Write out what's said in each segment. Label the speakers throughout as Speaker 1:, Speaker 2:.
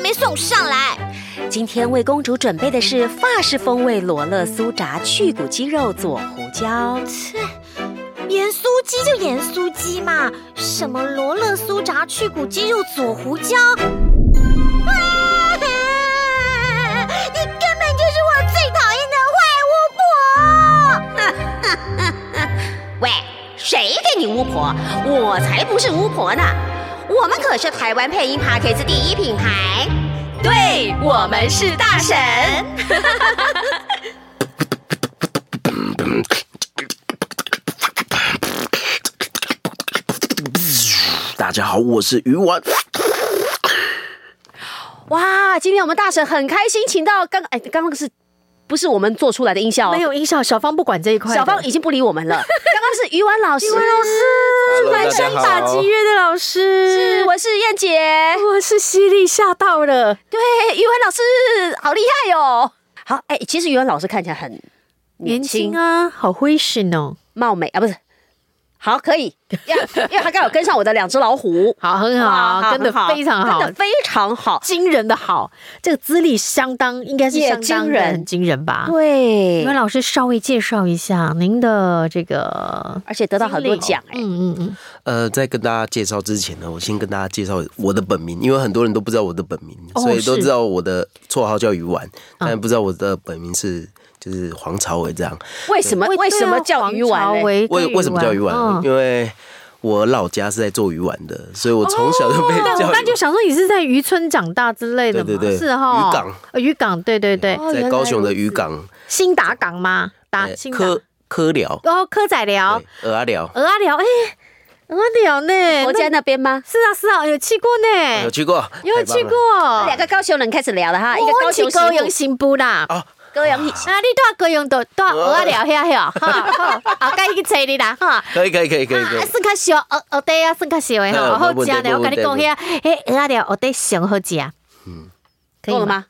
Speaker 1: 没送上来？
Speaker 2: 今天为公主准备的是法式风味罗勒酥炸去骨鸡肉佐胡椒。
Speaker 1: 切，盐酥鸡就盐酥鸡嘛，什么罗勒酥炸去骨鸡肉佐胡椒？啊！你根本就是我最讨厌的坏巫婆！
Speaker 2: 嗯 喂，谁给你巫婆？我才不是巫婆呢！我们可是台湾配音 p a c k a g e 第一品牌，对我们是大神。
Speaker 3: 大家好，我是鱼丸。
Speaker 4: 嗯
Speaker 2: 哇，今天我们大神很开心，请到刚哎，刚刚是不是我们做出来的音效、哦？
Speaker 4: 没有音效，小芳不管这一块的。
Speaker 2: 小芳已经不理我 们了。刚刚是于婉老师，于婉老师
Speaker 5: Hello，大家
Speaker 4: 打击
Speaker 5: 好。
Speaker 4: 乐的老师，
Speaker 2: 是我是燕姐，
Speaker 4: 我是犀利，吓到了。
Speaker 2: 对，于婉老师好厉害哦。好，哎，其实于婉老师看起来很
Speaker 4: 年轻啊，好灰心哦。
Speaker 2: 貌美啊，不是。好，可以，因为因为他刚好跟上我的两只老虎，
Speaker 4: 好，很
Speaker 2: 哇
Speaker 4: 好，跟的非常
Speaker 2: 啊
Speaker 4: 好，
Speaker 2: 跟的非常好，
Speaker 4: 惊人的好，这个资历相当，应该是
Speaker 2: 也
Speaker 4: 相当
Speaker 2: 惊
Speaker 4: 的
Speaker 2: 人
Speaker 4: 很惊人吧？
Speaker 2: 对
Speaker 4: 你们，老师稍微介绍一下您的这个，
Speaker 2: 而且得到很多奖哎、
Speaker 4: 嗯嗯嗯，
Speaker 5: 呃，在跟大家介绍之前呢，我先跟大家介绍我的本名，因为很多人都不知道我的本名，
Speaker 4: 哦
Speaker 5: 所以都
Speaker 4: 是嗯
Speaker 5: 知道我的绰号叫鱼丸，但不知道我的本名是就是黄朝伟这样。
Speaker 2: 为什么为什么叫鱼丸呢？
Speaker 4: 啊为
Speaker 5: 为为什么叫鱼丸？
Speaker 4: 嗯
Speaker 5: 因为我老家是在做鱼丸的，所以我从小就被
Speaker 4: 对，
Speaker 5: 叫
Speaker 4: 我刚
Speaker 5: 鱼
Speaker 4: 哦就想说你是在渔村长大之类的嘛，
Speaker 5: 对对对
Speaker 4: 是哈，
Speaker 5: 渔港
Speaker 4: 呃，渔港，对对对，
Speaker 5: 丸，在高雄的渔港
Speaker 4: 新达港吗？达
Speaker 5: 呃
Speaker 4: 新达，
Speaker 5: 科科寮，
Speaker 4: 哦，科仔寮
Speaker 5: 对，鹅阿寮，
Speaker 4: 鹅阿寮，哎，鹅阿寮呢？
Speaker 2: 我在那边吗？
Speaker 4: 是啊是啊，有去过
Speaker 5: 有
Speaker 4: 呢，
Speaker 5: 去过，
Speaker 4: 有
Speaker 5: 太棒
Speaker 4: 去
Speaker 5: 了
Speaker 4: 过，
Speaker 2: 两个高雄人开始聊了哈，一个
Speaker 4: 我
Speaker 2: 哦高雄哦
Speaker 4: 去高雄
Speaker 2: 人，
Speaker 4: 新埔啦。
Speaker 5: 啊？
Speaker 2: 高雄
Speaker 4: 啊，你带高雄都带鹅啊聊遐遐，哈， 啊，该去找你啦，哈。
Speaker 5: 可以可以可以可以可
Speaker 4: 啊，
Speaker 5: 以，
Speaker 4: 算较俗，鹅鹅底啊，算较俗的吼，
Speaker 5: 嗯
Speaker 4: 好食
Speaker 5: 没
Speaker 4: 呢。我
Speaker 5: 问
Speaker 4: 跟
Speaker 5: 题
Speaker 4: 你讲
Speaker 5: 没
Speaker 4: 遐，迄鹅啊料鹅底上好食。嗯，可
Speaker 2: 够
Speaker 4: 以
Speaker 2: 了？吗？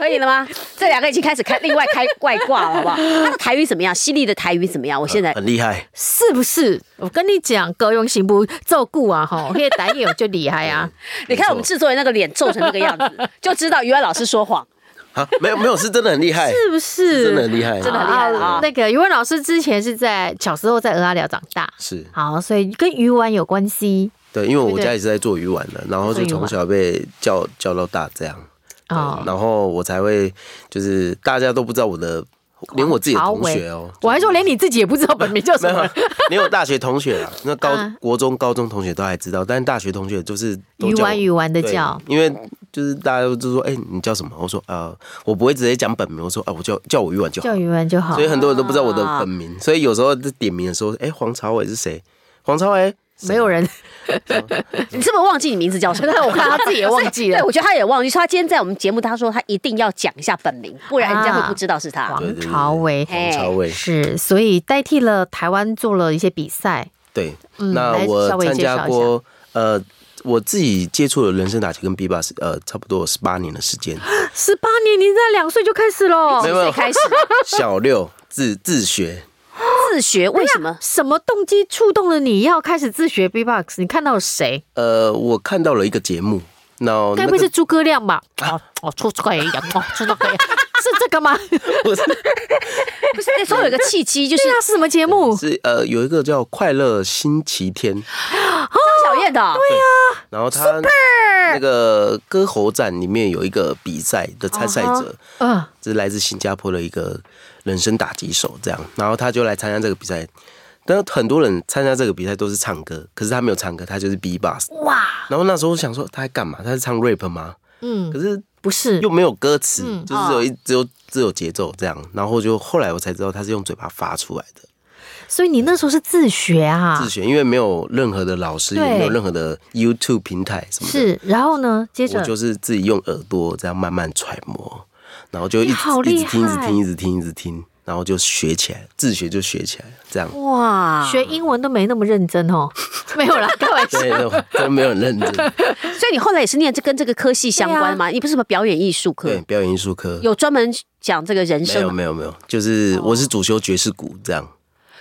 Speaker 2: 可以了吗？ 这两个已经开始开另外开外挂了，好不 好？他的台语怎么样？犀利的台语怎么样？我现在
Speaker 5: 很厉害。
Speaker 4: 是不是？我跟你讲，高雄行不照顾啊，吼，迄台友就厉害 啊。
Speaker 2: 你看我们制作人那个脸皱成那个样 子，就知道于安老师说谎。
Speaker 5: 啊，没有没有，是真的很厉害，
Speaker 4: 是不是？
Speaker 5: 真的很厉害，
Speaker 2: 真的很厉害了啊
Speaker 4: 那个语文老师之前是在小时候在鹅阿寮长大，
Speaker 5: 是
Speaker 4: 好，所以跟鱼丸有关系
Speaker 5: 对，因为我
Speaker 4: 对
Speaker 5: 家也是在做鱼丸的，然后就从小被叫叫到大这样，
Speaker 4: 哦
Speaker 5: 对。然后我才会就是大家都不知道我的，连我自己的同学哦、
Speaker 4: 我还说连你自己也不知道本名叫什
Speaker 5: 没有
Speaker 4: 么
Speaker 5: 啊，连我大学同学啊，那高、
Speaker 4: 嗯
Speaker 5: 国中、高中同学都还知道，但是大学同学就是都
Speaker 4: 鱼
Speaker 5: 叫我
Speaker 4: 丸鱼丸的叫。
Speaker 5: 对因为就是大家都说，哎、你叫什么？我说呃，我不会直接讲本名，我说啊、我叫叫我鱼丸就好
Speaker 4: 叫。鱼丸就啊好
Speaker 5: 所。以很多人都不知道我的本名，所以有时候在点名的时候，哎、黄朝伟是谁？黄朝伟
Speaker 4: 没有人，
Speaker 2: 你是不是忘记你名字叫什么？
Speaker 4: 但我看他自己也忘记
Speaker 2: 对，
Speaker 4: 了
Speaker 2: 我。觉得他也忘记，说他今天在我们节目，他说他一定要讲一下本名，不然人家会不知道是他。
Speaker 5: 对对
Speaker 4: 王
Speaker 5: 对
Speaker 4: 朝伟
Speaker 5: 黄朝伟
Speaker 4: 是，所以代替了台湾做了一些比赛。
Speaker 5: 对，
Speaker 4: 嗯
Speaker 5: 那
Speaker 4: 来
Speaker 5: 我
Speaker 4: 稍微
Speaker 5: 参
Speaker 4: 介绍
Speaker 5: 加
Speaker 4: 一
Speaker 5: 过呃，我自己接触了人生打击跟 B 吧是呃，差不多十八年的时 间，
Speaker 4: 十八年，你在两岁就开始了
Speaker 5: 没，有没有开始小六自自学，
Speaker 2: 自学为什 么？
Speaker 4: 什么动机触动了你要开始自学 B-box？你看到了谁？
Speaker 5: 呃，我看到了一个节目，那
Speaker 4: 该
Speaker 5: 那
Speaker 4: 不会
Speaker 5: 个啊
Speaker 4: 是诸葛亮吧？哦，哦，出出个羊，哦，出那个羊，是这 个吗？对
Speaker 5: 不是
Speaker 2: 啊不是那时候有个契机，就是
Speaker 4: 啊，是什么节目？
Speaker 5: 是呃有一个叫快乐星期天，
Speaker 2: 张小燕的哦，
Speaker 5: 然后他那个歌喉战里面有一个比赛的参赛者，
Speaker 4: 嗯，
Speaker 5: 这是来自新加坡的一个人生打击手，这样，然后他就来参加这个比赛。但很多人参加这个比赛都是唱歌，可是他没有唱歌，他就是 B box。
Speaker 4: 哇，
Speaker 5: 然后那时候我想说他在干嘛？他是唱 rap 吗？
Speaker 4: 嗯，
Speaker 5: 可是
Speaker 4: 不是
Speaker 5: 又，没有歌词，
Speaker 4: 嗯
Speaker 5: 就是只有一只有只有节奏这样。然后就后来我才知道他是用嘴巴发出来的
Speaker 4: 所以你那时候是自学啊
Speaker 5: 自？学，因为没有任何的老师，也
Speaker 4: 对
Speaker 5: 没有任何的 YouTube 平台什么的，
Speaker 4: 是，然后呢？接
Speaker 5: 我
Speaker 4: 着
Speaker 5: 就是自己用耳朵这样慢慢揣摩，然后就一
Speaker 4: 你
Speaker 5: 直
Speaker 4: 好
Speaker 5: 一
Speaker 4: 厉
Speaker 5: 直听，一直
Speaker 4: 害
Speaker 5: 听，一直听，一直听，然后就学起来，自学就学起来，这
Speaker 2: 啊
Speaker 5: 样。
Speaker 2: 哇！
Speaker 4: 学英文都没那么认 真哦，没有啦，开玩笑。
Speaker 5: 对，对真没有很认真。
Speaker 2: 所以你后来也是念这跟这个科系相关吗？你不是什么表演艺术
Speaker 5: 对，
Speaker 2: 科，
Speaker 5: 表演艺术科
Speaker 2: 有专门讲这个人
Speaker 5: 没有
Speaker 2: 生吗？
Speaker 5: 没有没有，就是我是主修爵士鼓这样。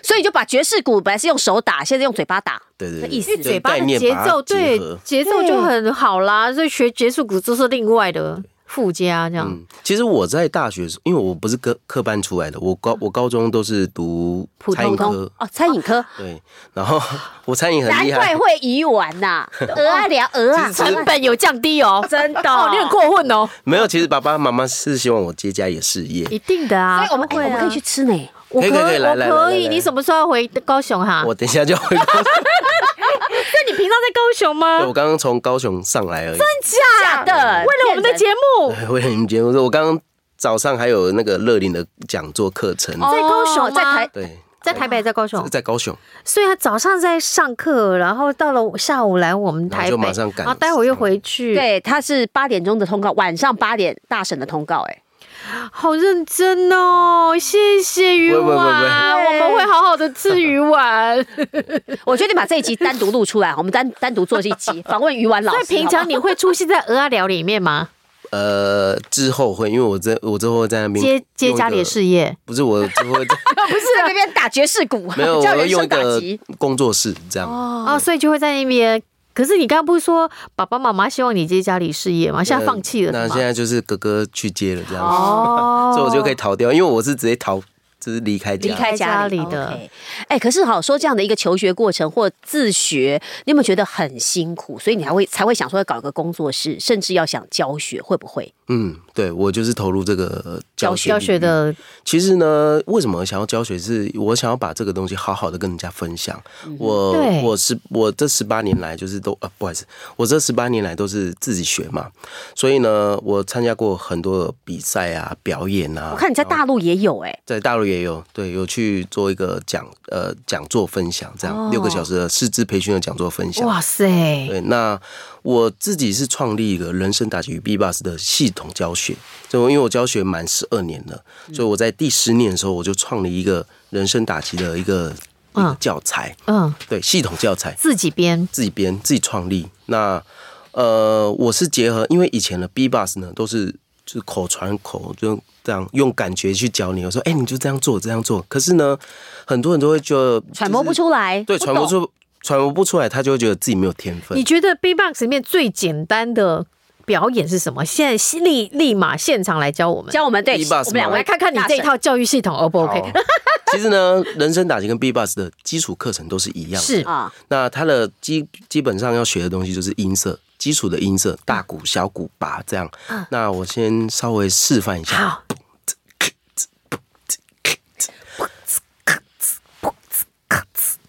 Speaker 2: 所以就把爵士鼓本来是用手打，现在用嘴巴打。
Speaker 5: 对对
Speaker 2: 这
Speaker 5: 对，
Speaker 2: 意思
Speaker 5: 就是
Speaker 2: 因为
Speaker 4: 嘴巴
Speaker 5: 概
Speaker 4: 的
Speaker 5: 念
Speaker 4: 节
Speaker 5: 把它
Speaker 4: 奏
Speaker 5: 结
Speaker 4: 对
Speaker 5: 合
Speaker 4: 节奏就很好啦，所以学结束鼓就是另外的附加这样。
Speaker 5: 嗯，其实我在大学的时候，因为我不是科科班出来的，我高我高中都是读
Speaker 4: 普
Speaker 5: 餐饮
Speaker 4: 通
Speaker 5: 科，
Speaker 2: 哦，餐饮科，
Speaker 5: 对，然后 我餐饮很
Speaker 2: 难
Speaker 5: 厉
Speaker 2: 怪
Speaker 5: 害，
Speaker 2: 会鱼丸 呐，鹅啊聊鹅 啊，
Speaker 4: 成本有降低哦，真的哦，你很过分哦，
Speaker 5: 没有，其实爸爸妈妈是希望我接家里的事业，
Speaker 4: 一定的啊，
Speaker 2: 所以我们哎
Speaker 4: 不会
Speaker 2: 我们
Speaker 4: 啊
Speaker 2: 可以去，吃呢。
Speaker 4: 我
Speaker 5: 可以可以可以来
Speaker 4: 我
Speaker 5: 来
Speaker 4: 可
Speaker 5: 来
Speaker 4: 以，
Speaker 5: 来
Speaker 4: 你什么时候要回高雄哈？
Speaker 5: 我等一下就回高雄，
Speaker 4: 那你平常在高雄 吗
Speaker 5: 对我刚刚从高雄上来而已，
Speaker 2: 假的，
Speaker 4: 为了我们的节目，
Speaker 5: 对为了你们节目，我刚刚早上还有那个乐龄的讲座课程，
Speaker 2: 哦
Speaker 4: 在高雄吗
Speaker 2: 在台
Speaker 5: 对，
Speaker 4: 在台北，在高雄，
Speaker 5: 在高雄，
Speaker 4: 所以他早上在上课，然后到了下午来我们台北，
Speaker 5: 然后就马上赶
Speaker 4: 然后待会又回去，，
Speaker 2: 对，它是八点钟的通告，晚上八点大婶的通告，哎，
Speaker 4: 好认真哦，谢谢鱼丸，
Speaker 5: 不会不会不会
Speaker 4: 我们会好好的吃鱼 丸。
Speaker 2: 我决定把这一集单独录出 来，我们单单独做一集 访问鱼丸老
Speaker 4: 所
Speaker 2: 师。
Speaker 4: 以平
Speaker 2: 好
Speaker 4: 常
Speaker 2: 不
Speaker 4: 你会出现在鹅啊聊里 面吗？
Speaker 5: 呃，之后会，因为我在我之后会在那边
Speaker 4: 接接
Speaker 5: 用一
Speaker 4: 家里的
Speaker 5: 个
Speaker 4: 事业，
Speaker 5: 不是我之后 会在
Speaker 2: 好不是 在那边打爵士鼓，啊
Speaker 5: 没有，我
Speaker 2: 叫
Speaker 5: 会
Speaker 2: 人
Speaker 5: 用
Speaker 2: 生
Speaker 5: 一
Speaker 2: 打
Speaker 5: 个
Speaker 2: 击。
Speaker 5: 工作室这样。
Speaker 4: 哦，所以就会在那边。可是你刚刚不是说爸爸妈妈希望你接家里事业吗？现在放弃了
Speaker 5: 呃那
Speaker 4: 是
Speaker 5: 现
Speaker 4: 吗？
Speaker 5: 在就是哥哥去接了这样，
Speaker 4: 哦
Speaker 5: 所以我就可以逃掉，因为我是直接逃，就是离开家。
Speaker 2: 离开家里
Speaker 4: 离开家里的
Speaker 2: OK 哎、可是好说这样的一个求学过程或自学，你有没有觉得很辛苦？所以你还会才会想说要搞一个工作室，甚至要想教学，会不会？
Speaker 5: 嗯，对我就是投入这个教学
Speaker 4: 教学
Speaker 5: 领域。
Speaker 4: 的
Speaker 5: 其实呢，为什么想要教学是？我想要把这个东西好好的跟人家分享。我
Speaker 4: 对
Speaker 5: 我是我这十八年来就是都呃，不好意思，我这十八年来都是自己学嘛，所以呢，我参加过很多的比赛啊、表演啊。
Speaker 2: 我看你在大陆也有哎、
Speaker 5: 在大陆也有，对，有去做一个讲呃讲座分享，这样六、个小时的师资培训的讲座分享。
Speaker 4: 哇塞，
Speaker 5: 对，那我自己是创立一个人生打击与 B b o s 的系统教学，就因为我教学满十二年了，所以我在第十年的时候我就创立一个人生打击的一个一
Speaker 4: 嗯
Speaker 5: 个教材，
Speaker 4: 嗯，
Speaker 5: 对，系统教材
Speaker 4: 自己编
Speaker 5: 自己编自己创立。那呃，我是结合，因为以前的 B b o s 呢都是就是口传口，就这样用感觉去教你，我说哎、你就这样做这样做，可是呢，很多人都会觉得就是
Speaker 2: 揣摩不出来，
Speaker 5: 对，传播
Speaker 2: 懂。
Speaker 5: 出传播不出来，他就会觉得自己没有天分。
Speaker 4: 你觉得 B-box 里面最简单的表演是什么？现在立立马现场来教我们，
Speaker 2: 教我们对，
Speaker 5: B-box
Speaker 2: 我们两
Speaker 4: 我
Speaker 2: 位
Speaker 4: 来看看你这一套教育系统 O 不 OK？
Speaker 5: 好 其实呢，人生打击跟 B b o s 的基础课程都是一样的。
Speaker 4: 是
Speaker 2: 啊，
Speaker 5: 那它的基基本上要学的东西就是音色，基础的音色，大鼓、小鼓、拔这样。那我先稍微示范一下。
Speaker 4: 嗯好，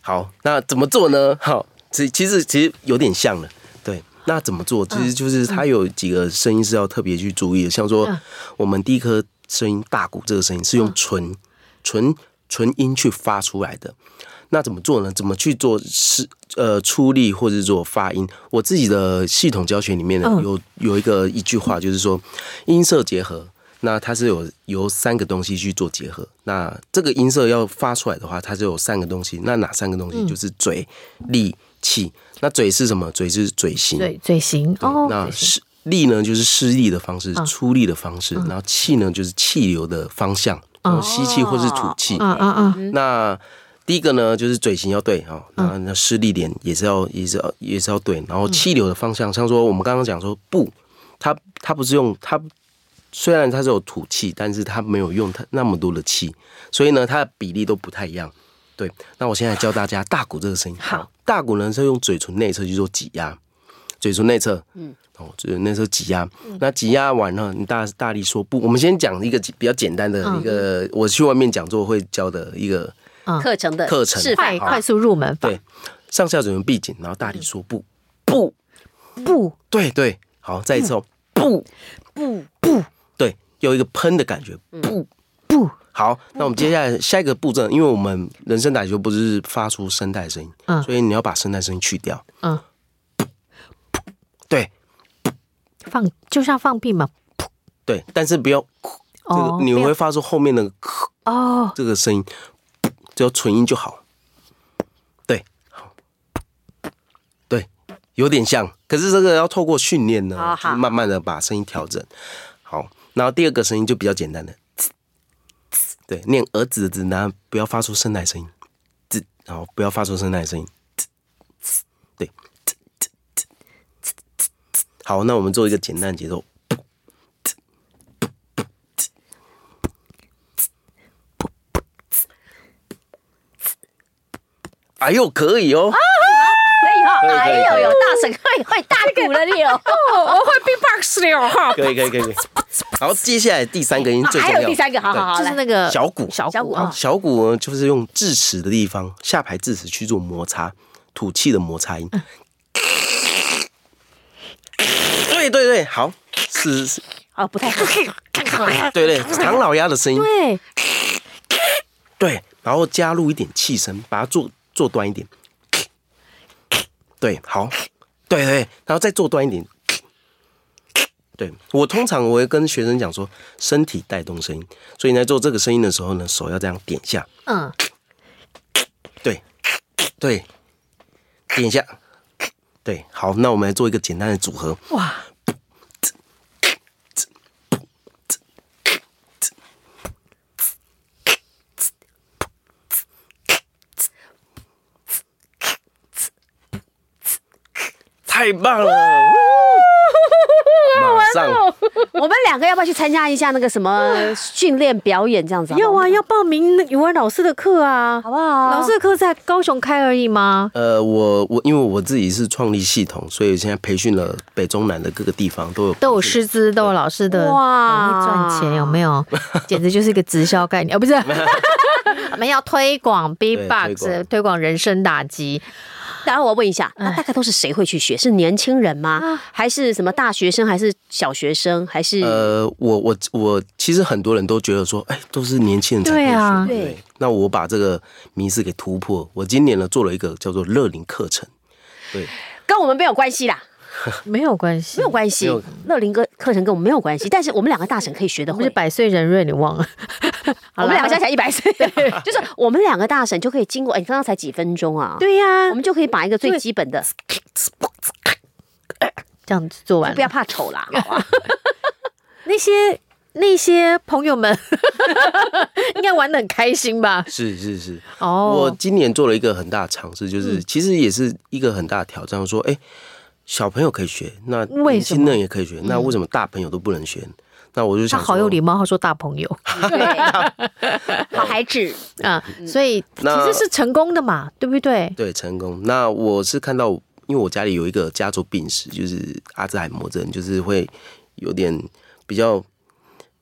Speaker 5: 好，那怎么做呢？好，其其实其实有点像了。对，那怎么
Speaker 4: 嗯
Speaker 5: 做？其实就是它有几个声音是要特别去注意的，像
Speaker 4: 嗯
Speaker 5: 说我们第一颗声音大鼓这个声音是用唇唇唇音去发出来的。那怎么做呢？怎么去做是呃出力或者是做发音？我自己的系统教学里面呢，
Speaker 4: 嗯
Speaker 5: 有有一个一句话，就是说音色结合。那它是有由三个东西去做结合。那这个音色要发出来的话，它就有三个东西。那哪三个东
Speaker 4: 嗯
Speaker 5: 西？就是嘴、力、气。那嘴是什么？嘴是嘴型。
Speaker 4: 嘴嘴型
Speaker 5: 对
Speaker 4: 哦，
Speaker 5: 那
Speaker 4: 嘴型嗯
Speaker 5: 施力呢就是施力的方式，出力的方式，然后气呢就是气流的方
Speaker 4: 哦
Speaker 5: 向，然后吸气或是吐气。
Speaker 4: 啊啊
Speaker 5: 嗯
Speaker 4: 啊，
Speaker 5: 那第一个呢，就是嘴型要对哈，然后那施力点也是要也是要也是要对，然后气流的方向，像说我们刚刚讲说不，它它不是用它。虽然它是有吐气，但是它没有用它那么多的气，所以呢，它的比例都不太一样。对，那我现在教大家大鼓这个声音。好，大鼓呢是用嘴唇内侧去做挤压，嘴唇内侧，嗯，哦，嘴唇内侧挤压。那挤压完了，你大大力说不。我们先讲一个比较简单的一个，我去外面讲座会教的一个
Speaker 2: 课程的
Speaker 5: 课程
Speaker 2: 示范
Speaker 4: 快快速入门法
Speaker 5: 对，上下嘴唇闭紧，然后大力说不。
Speaker 4: 不
Speaker 5: 对对，好，再一次哦，
Speaker 4: 嗯
Speaker 5: 不
Speaker 4: 不不，
Speaker 5: 对，有一个喷的感觉，
Speaker 4: 嗯
Speaker 5: 不
Speaker 4: 不。
Speaker 5: 好，那我们接下来下一个步骤，因为我们人声打球不是发出声带声音，
Speaker 4: 嗯
Speaker 5: 所以你要把声带声音去掉。
Speaker 4: 嗯，
Speaker 5: 对
Speaker 4: 放就像放屁嘛，
Speaker 5: 对，但是不要，这
Speaker 4: 哦
Speaker 5: 个你会发出后面的
Speaker 4: 哦，
Speaker 5: 这个声音，只有纯音就好。对，好，对，有点像，可是这个要透过训练呢，
Speaker 2: 好
Speaker 5: 就
Speaker 2: 好
Speaker 5: 是慢慢的把声音调整。好，然后第二个声音就比较简单的，对，念儿子的字，然后不要发出声带声音。然后不要发出声带的声音。对，好，那我们做一个简单的节奏。哎呦，可以哦！
Speaker 2: 可以哈，
Speaker 5: 可以可
Speaker 2: 哎
Speaker 5: 以可以
Speaker 2: 呦呦，大婶会会大鼓了你哦。
Speaker 4: 哦，我会 B-box 了哈，
Speaker 5: 可以可以可以可以。然后接下来第三个音最重
Speaker 2: 哦还
Speaker 5: 要，
Speaker 2: 有第三 个，好
Speaker 5: 对
Speaker 2: 好好，
Speaker 4: 就是
Speaker 2: 来
Speaker 4: 那个
Speaker 5: 小鼓
Speaker 4: 小
Speaker 2: 小
Speaker 4: 鼓
Speaker 2: 鼓
Speaker 4: 啊
Speaker 2: 啊，
Speaker 5: 小鼓呢就是用智齿的地方，下排智齿去做摩擦，吐气的摩擦音。
Speaker 2: 嗯
Speaker 5: 对对对，好，是，是
Speaker 2: 哦，不太好，
Speaker 5: 对对，唐老鸭的声音，
Speaker 4: 对，
Speaker 5: 对，然后加入一点气声，把它做做短一点。对，好，对对，然后再做短一点。对我通常我会跟学生讲说，身体带动声音，所以你在做这个声音的时候呢，手要这样点一下，
Speaker 4: 嗯，
Speaker 5: 对，对，点一下，对，好，那我们来做一个简单的组合。
Speaker 4: 哇，
Speaker 5: 太棒了！马
Speaker 4: 哦
Speaker 5: 上，
Speaker 2: 我们两个要不要去参加一下那个什么训练表演这样子？
Speaker 4: 要
Speaker 2: 好不好
Speaker 4: 啊，，要报名那语文老师的课啊，
Speaker 2: 好不好？
Speaker 4: 老师的课在高雄开而已吗？
Speaker 5: 呃，我我因为我自己是创立系统，所以现在培训了北中南的各个地方都有
Speaker 4: 都有师资，都有老师的，哦
Speaker 2: 哇
Speaker 4: 哇，会赚钱有没 有？简直就是一个直销概念，哦，不是，我们要推广 B-box，
Speaker 5: 广
Speaker 4: 推广人生打击，
Speaker 2: 然后我问一下，那大概都是谁会去学？是年轻人吗？还是什么大学生？还是小学生？还
Speaker 4: 嗯
Speaker 2: 是
Speaker 5: 呃，我我我其实很多人都觉得说，哎，都是年轻人才会
Speaker 4: 对啊
Speaker 5: 学，对不对。那我把这个迷思给突破，我今年呢做了一个叫做乐龄课程，对，
Speaker 2: 跟我们没有关系啦？
Speaker 4: 没有关系
Speaker 2: 没有。关系
Speaker 5: 没有，
Speaker 2: 乐林哥课程跟我们没有关系，但是我们两个大神可以学得
Speaker 4: 不
Speaker 2: 会
Speaker 4: 是。百岁人瑞，你 忘了？
Speaker 2: 我
Speaker 4: 好
Speaker 2: 们
Speaker 4: 啦
Speaker 2: 两个加起来一百岁， 就是我们两个大神就可以经过。哎，你刚刚才几分钟啊？，
Speaker 4: 对呀、
Speaker 2: 我们就可以把一个最基本的，
Speaker 4: 这样子做完
Speaker 2: 不要
Speaker 4: 了。
Speaker 2: 怕丑啦，好 吧？
Speaker 4: 那些那些朋友们 应该玩的很开心吧？
Speaker 5: 是是是。我
Speaker 4: 哦，嗯
Speaker 5: 今年做了一个很大的尝试，就是其实也是一个很大的挑战。我说，哎，小朋友可以学，那
Speaker 4: 为
Speaker 5: 年
Speaker 4: 什嗯
Speaker 5: 轻人也可以学，那为什么大朋友都不能学？那我就
Speaker 4: 他
Speaker 5: 想，
Speaker 4: 好有礼。貌，他说大朋友
Speaker 2: 对，好孩子，
Speaker 4: 啊，所以其
Speaker 5: 嗯那
Speaker 4: 实是成功的嘛，对不对？
Speaker 5: 对，成功。那我是看到，因为我家里有一个家族病史，就是阿兹海默症，就是会有点比较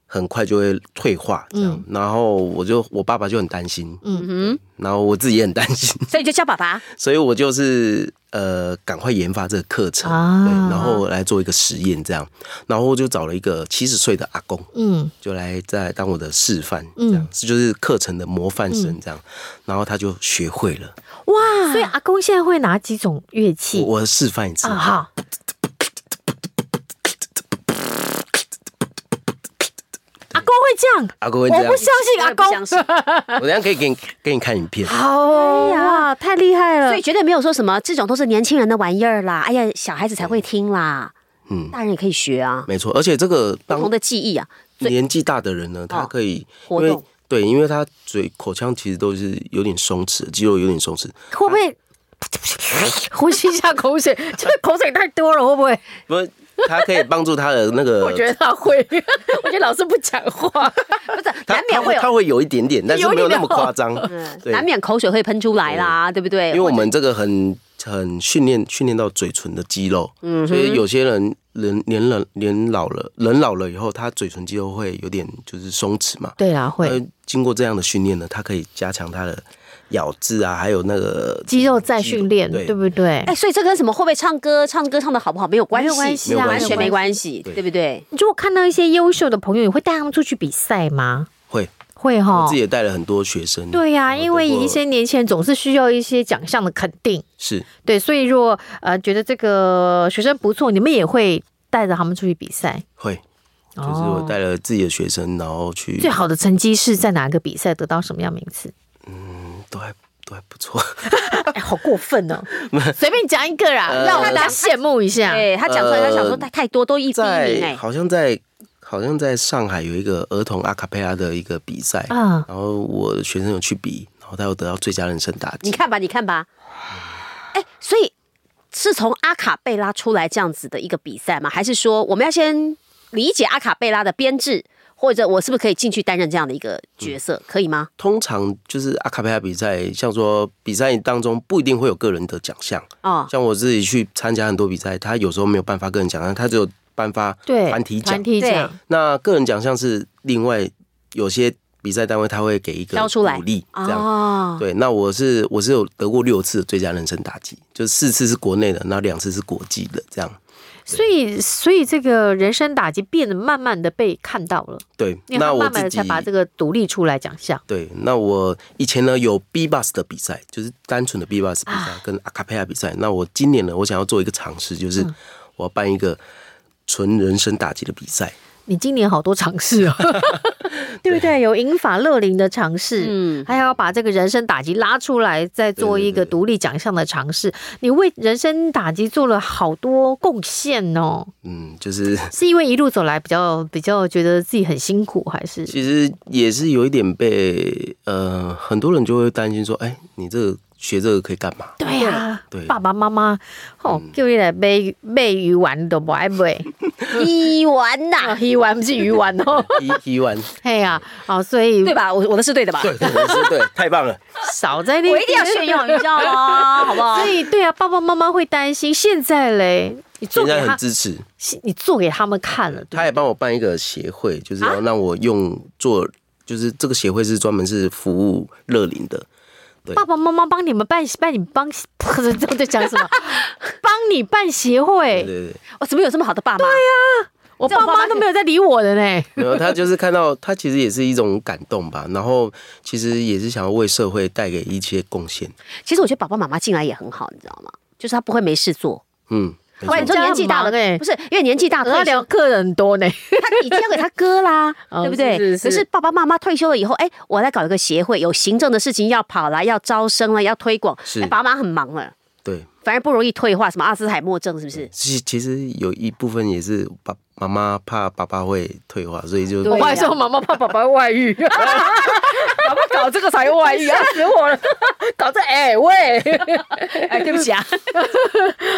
Speaker 5: 很快就会退化这
Speaker 4: 嗯
Speaker 5: 样。然后我就我爸爸就很担心，
Speaker 2: 嗯
Speaker 5: 然后我自己也很担心，
Speaker 2: 哼，所以就叫爸爸。
Speaker 5: 所以我就是呃，赶快研发这个课程，
Speaker 4: 啊
Speaker 5: 对，然后来做一个实验这样，然后我就找了一个七十岁的阿公，
Speaker 4: 嗯，
Speaker 5: 就来在当我的示范，这样、这就是课程的模范
Speaker 4: 嗯
Speaker 5: 生这样，然后他就学会了，
Speaker 4: 哇，所以阿公现在会哪几种乐器
Speaker 5: 我我示范一次
Speaker 4: 啊？好，阿公会这样，
Speaker 5: 阿公会啊这
Speaker 4: 我
Speaker 5: 样
Speaker 4: 不，相信阿
Speaker 2: 我也不相
Speaker 4: 公。
Speaker 2: 信
Speaker 5: 我等一下可以给你给你看影片，
Speaker 4: 好哦哇，哎太厉害
Speaker 5: 嗯
Speaker 4: 了
Speaker 2: 所以！绝对没有说什么这种都是年轻人的玩意儿啦，哎呀，小孩子才会听啦，
Speaker 5: 嗯
Speaker 2: 大人也可以学啊，
Speaker 5: 没错，而且这个
Speaker 2: 不同
Speaker 5: 当
Speaker 2: 的记忆啊，
Speaker 5: 年纪大的人呢，他可以因
Speaker 2: 活动
Speaker 5: 为对，因为他嘴口腔其实都是有点松弛，肌肉有点松弛，
Speaker 4: 会不会呼吸一下口 水？这个口水太多了，会不会？
Speaker 5: 不是他可以帮助他的 那个
Speaker 4: 我觉得他会， 我觉得老师不讲话，
Speaker 2: 不是
Speaker 5: 他
Speaker 2: 难免会有
Speaker 5: 他，会有一点点，但是没有那么夸张。
Speaker 2: 嗯
Speaker 5: 对
Speaker 2: 难免口水会喷出来啦，对不对？
Speaker 5: 因为我们这个很很训练训练到嘴唇的肌肉，嗯，所以有些人人年老年老了，人老了以后，他嘴唇肌肉会有点就是松弛嘛。
Speaker 4: 对啦，会
Speaker 5: 呃，经过这样的训练呢，他可以加强他的咬字啊，还有那个
Speaker 4: 肌肉再训练，
Speaker 5: 对
Speaker 4: 对不对
Speaker 2: 哎，？所以这跟什么会不会唱歌、唱歌唱的好不好没有关系，
Speaker 4: 没有关系
Speaker 5: 啊
Speaker 2: 完全
Speaker 5: 没
Speaker 2: 没
Speaker 5: 有
Speaker 2: 关系，
Speaker 5: 对
Speaker 2: 对不对？
Speaker 4: 你如果看到一些优秀的朋友，你会带他们出去比赛吗？
Speaker 5: 会，
Speaker 4: 会哈
Speaker 5: 我自己，也带了很多学生。
Speaker 4: 哦对呀、
Speaker 5: 然后
Speaker 4: 因为
Speaker 5: 得过
Speaker 4: 一些年轻人总是需要一些奖项的肯定，
Speaker 5: 是
Speaker 4: 对，所以若呃觉得这个学生不错，你们也会带着他们出去比赛。
Speaker 5: 会，就是我带了自己的学生，然后去
Speaker 4: 哦最好的成绩是在哪个比赛得到什么样名次？
Speaker 5: 都还都还不错。
Speaker 4: 哎，好过 分哦！随便讲一个啦，让我们大家羡慕一下。
Speaker 2: 对哎他讲出来，他想说
Speaker 5: 啊
Speaker 2: 太
Speaker 5: 呃
Speaker 2: 太多都一第一名
Speaker 5: 在
Speaker 4: 欸
Speaker 2: 哎，
Speaker 5: 好像在好像在上海有一个儿童阿卡贝拉的一个比赛，
Speaker 4: 啊
Speaker 5: 然后我学生有去比，然后他又得到最佳人生打
Speaker 2: 你
Speaker 5: 击。
Speaker 2: 看吧，你看吧，哎，所以是从阿卡贝拉出来这样子的一个比赛吗？还是说我们要先理解阿卡贝拉的编制，或者我是不是可以进去担任这样的一个角色，可以吗？
Speaker 5: 通常就是阿卡贝拉比赛，像说比赛当中不一定会有个人的奖项，
Speaker 2: 哦，
Speaker 5: 像我自己去参加很多比赛，他有时候没有颁发个人奖项，他只有颁发
Speaker 4: 对，
Speaker 5: 团体奖
Speaker 4: 团。体
Speaker 2: 对
Speaker 4: 奖，
Speaker 5: 那个人奖项是另外有些比赛单位他会给一个
Speaker 2: 挑出来
Speaker 5: 鼓励，这样。
Speaker 2: 哦，
Speaker 5: 对，那我是我是有得过六次的最佳人生打击，就四次是国内的，那两次是国际的，这样。
Speaker 4: 所以所以这个人生打击变得慢慢的被看到了，
Speaker 5: 对，
Speaker 4: 因为
Speaker 5: 那
Speaker 4: 他
Speaker 5: 我
Speaker 4: 慢慢
Speaker 5: 自
Speaker 4: 的
Speaker 5: 己
Speaker 4: 才把这个独立出来奖项。
Speaker 5: 对，那我以前呢有 B bus 的比赛，就是单纯的 B bus 比赛
Speaker 4: 啊
Speaker 5: 跟阿卡贝拉比赛。那我今年呢，我想要做一个尝试，就是
Speaker 4: 嗯
Speaker 5: 我要办一个纯人生打击的比赛。
Speaker 4: 你今年好多尝试 哦，对不对？有银法乐龄的尝试，
Speaker 2: 嗯
Speaker 4: 还要把这个人生打击拉出来，再做一个
Speaker 5: 对对对
Speaker 4: 独立奖项的尝试。你为人生打击做了好多贡献哦，
Speaker 5: 嗯，就是
Speaker 4: 是因为一路走来比较比较觉得自己很辛苦，还是
Speaker 5: 其实也是有一点被呃，很多人就会担心说，哎，你这个学这个可以干嘛？
Speaker 4: 对啊呀、
Speaker 5: 对
Speaker 4: 爸爸妈妈哦，叫你来买买鱼丸都不爱 买，
Speaker 2: 一完呐、
Speaker 4: 哦鱼丸不是鱼丸哦，
Speaker 5: 一一完，
Speaker 4: 嘿呀、哦，所 以
Speaker 2: 对吧？我我的是对的吧？
Speaker 5: 对，是对，太棒了。
Speaker 4: 少在那边，
Speaker 2: 我一定要炫耀，你知道 吗？好不好
Speaker 4: 所？以对啊，爸爸妈妈会担心。现在嘞，你 做
Speaker 5: 现在
Speaker 4: 给
Speaker 5: 很
Speaker 4: 他，
Speaker 5: 支持，
Speaker 4: 你做给他们看了，对啊
Speaker 5: 他也帮我办一个协会，就是要让我用做，就是这个协会是专门是服务乐龄的。对
Speaker 4: 爸爸妈妈帮你们办，帮你帮， 这这在讲什 么？帮你办协
Speaker 5: 对
Speaker 4: 会，
Speaker 5: 对对。
Speaker 2: 我哦怎么有这么好的爸妈？对呀、
Speaker 4: 我爸妈都没有在理我的呢。
Speaker 5: 没有，他就是看到他其实也是一种感动吧，然后其实也是想要为社会带给一些贡献。
Speaker 2: 其实我觉得爸爸妈妈进来也很好，你知道吗？就是他不会没事做，
Speaker 5: 嗯，
Speaker 2: 不
Speaker 5: 没错
Speaker 2: 然你说年纪大了，
Speaker 4: 这样很忙欸
Speaker 2: 不是因为年纪大
Speaker 4: 他
Speaker 2: 退
Speaker 4: 聊
Speaker 2: 休，
Speaker 4: 客人很多呢，
Speaker 2: 他已经要给他哥啦，
Speaker 4: 哦
Speaker 2: 对不对？
Speaker 4: 是是是
Speaker 2: 可是爸爸妈妈退休了以后，哎，我来搞一个协会，有行政的事情要跑啦，要招生了，要推广，
Speaker 5: 是
Speaker 2: 哎爸妈很忙了，
Speaker 5: 对，
Speaker 2: 反而不容易退化，什么阿兹海默症是不是？
Speaker 5: 其其实有一部分也是爸妈妈怕爸爸会退化，所以就
Speaker 2: 对
Speaker 4: 我还说妈妈怕爸爸外遇， 爸爸搞这个才外遇，要死我了！搞这哎、喂，
Speaker 2: 哎，对不起 啊，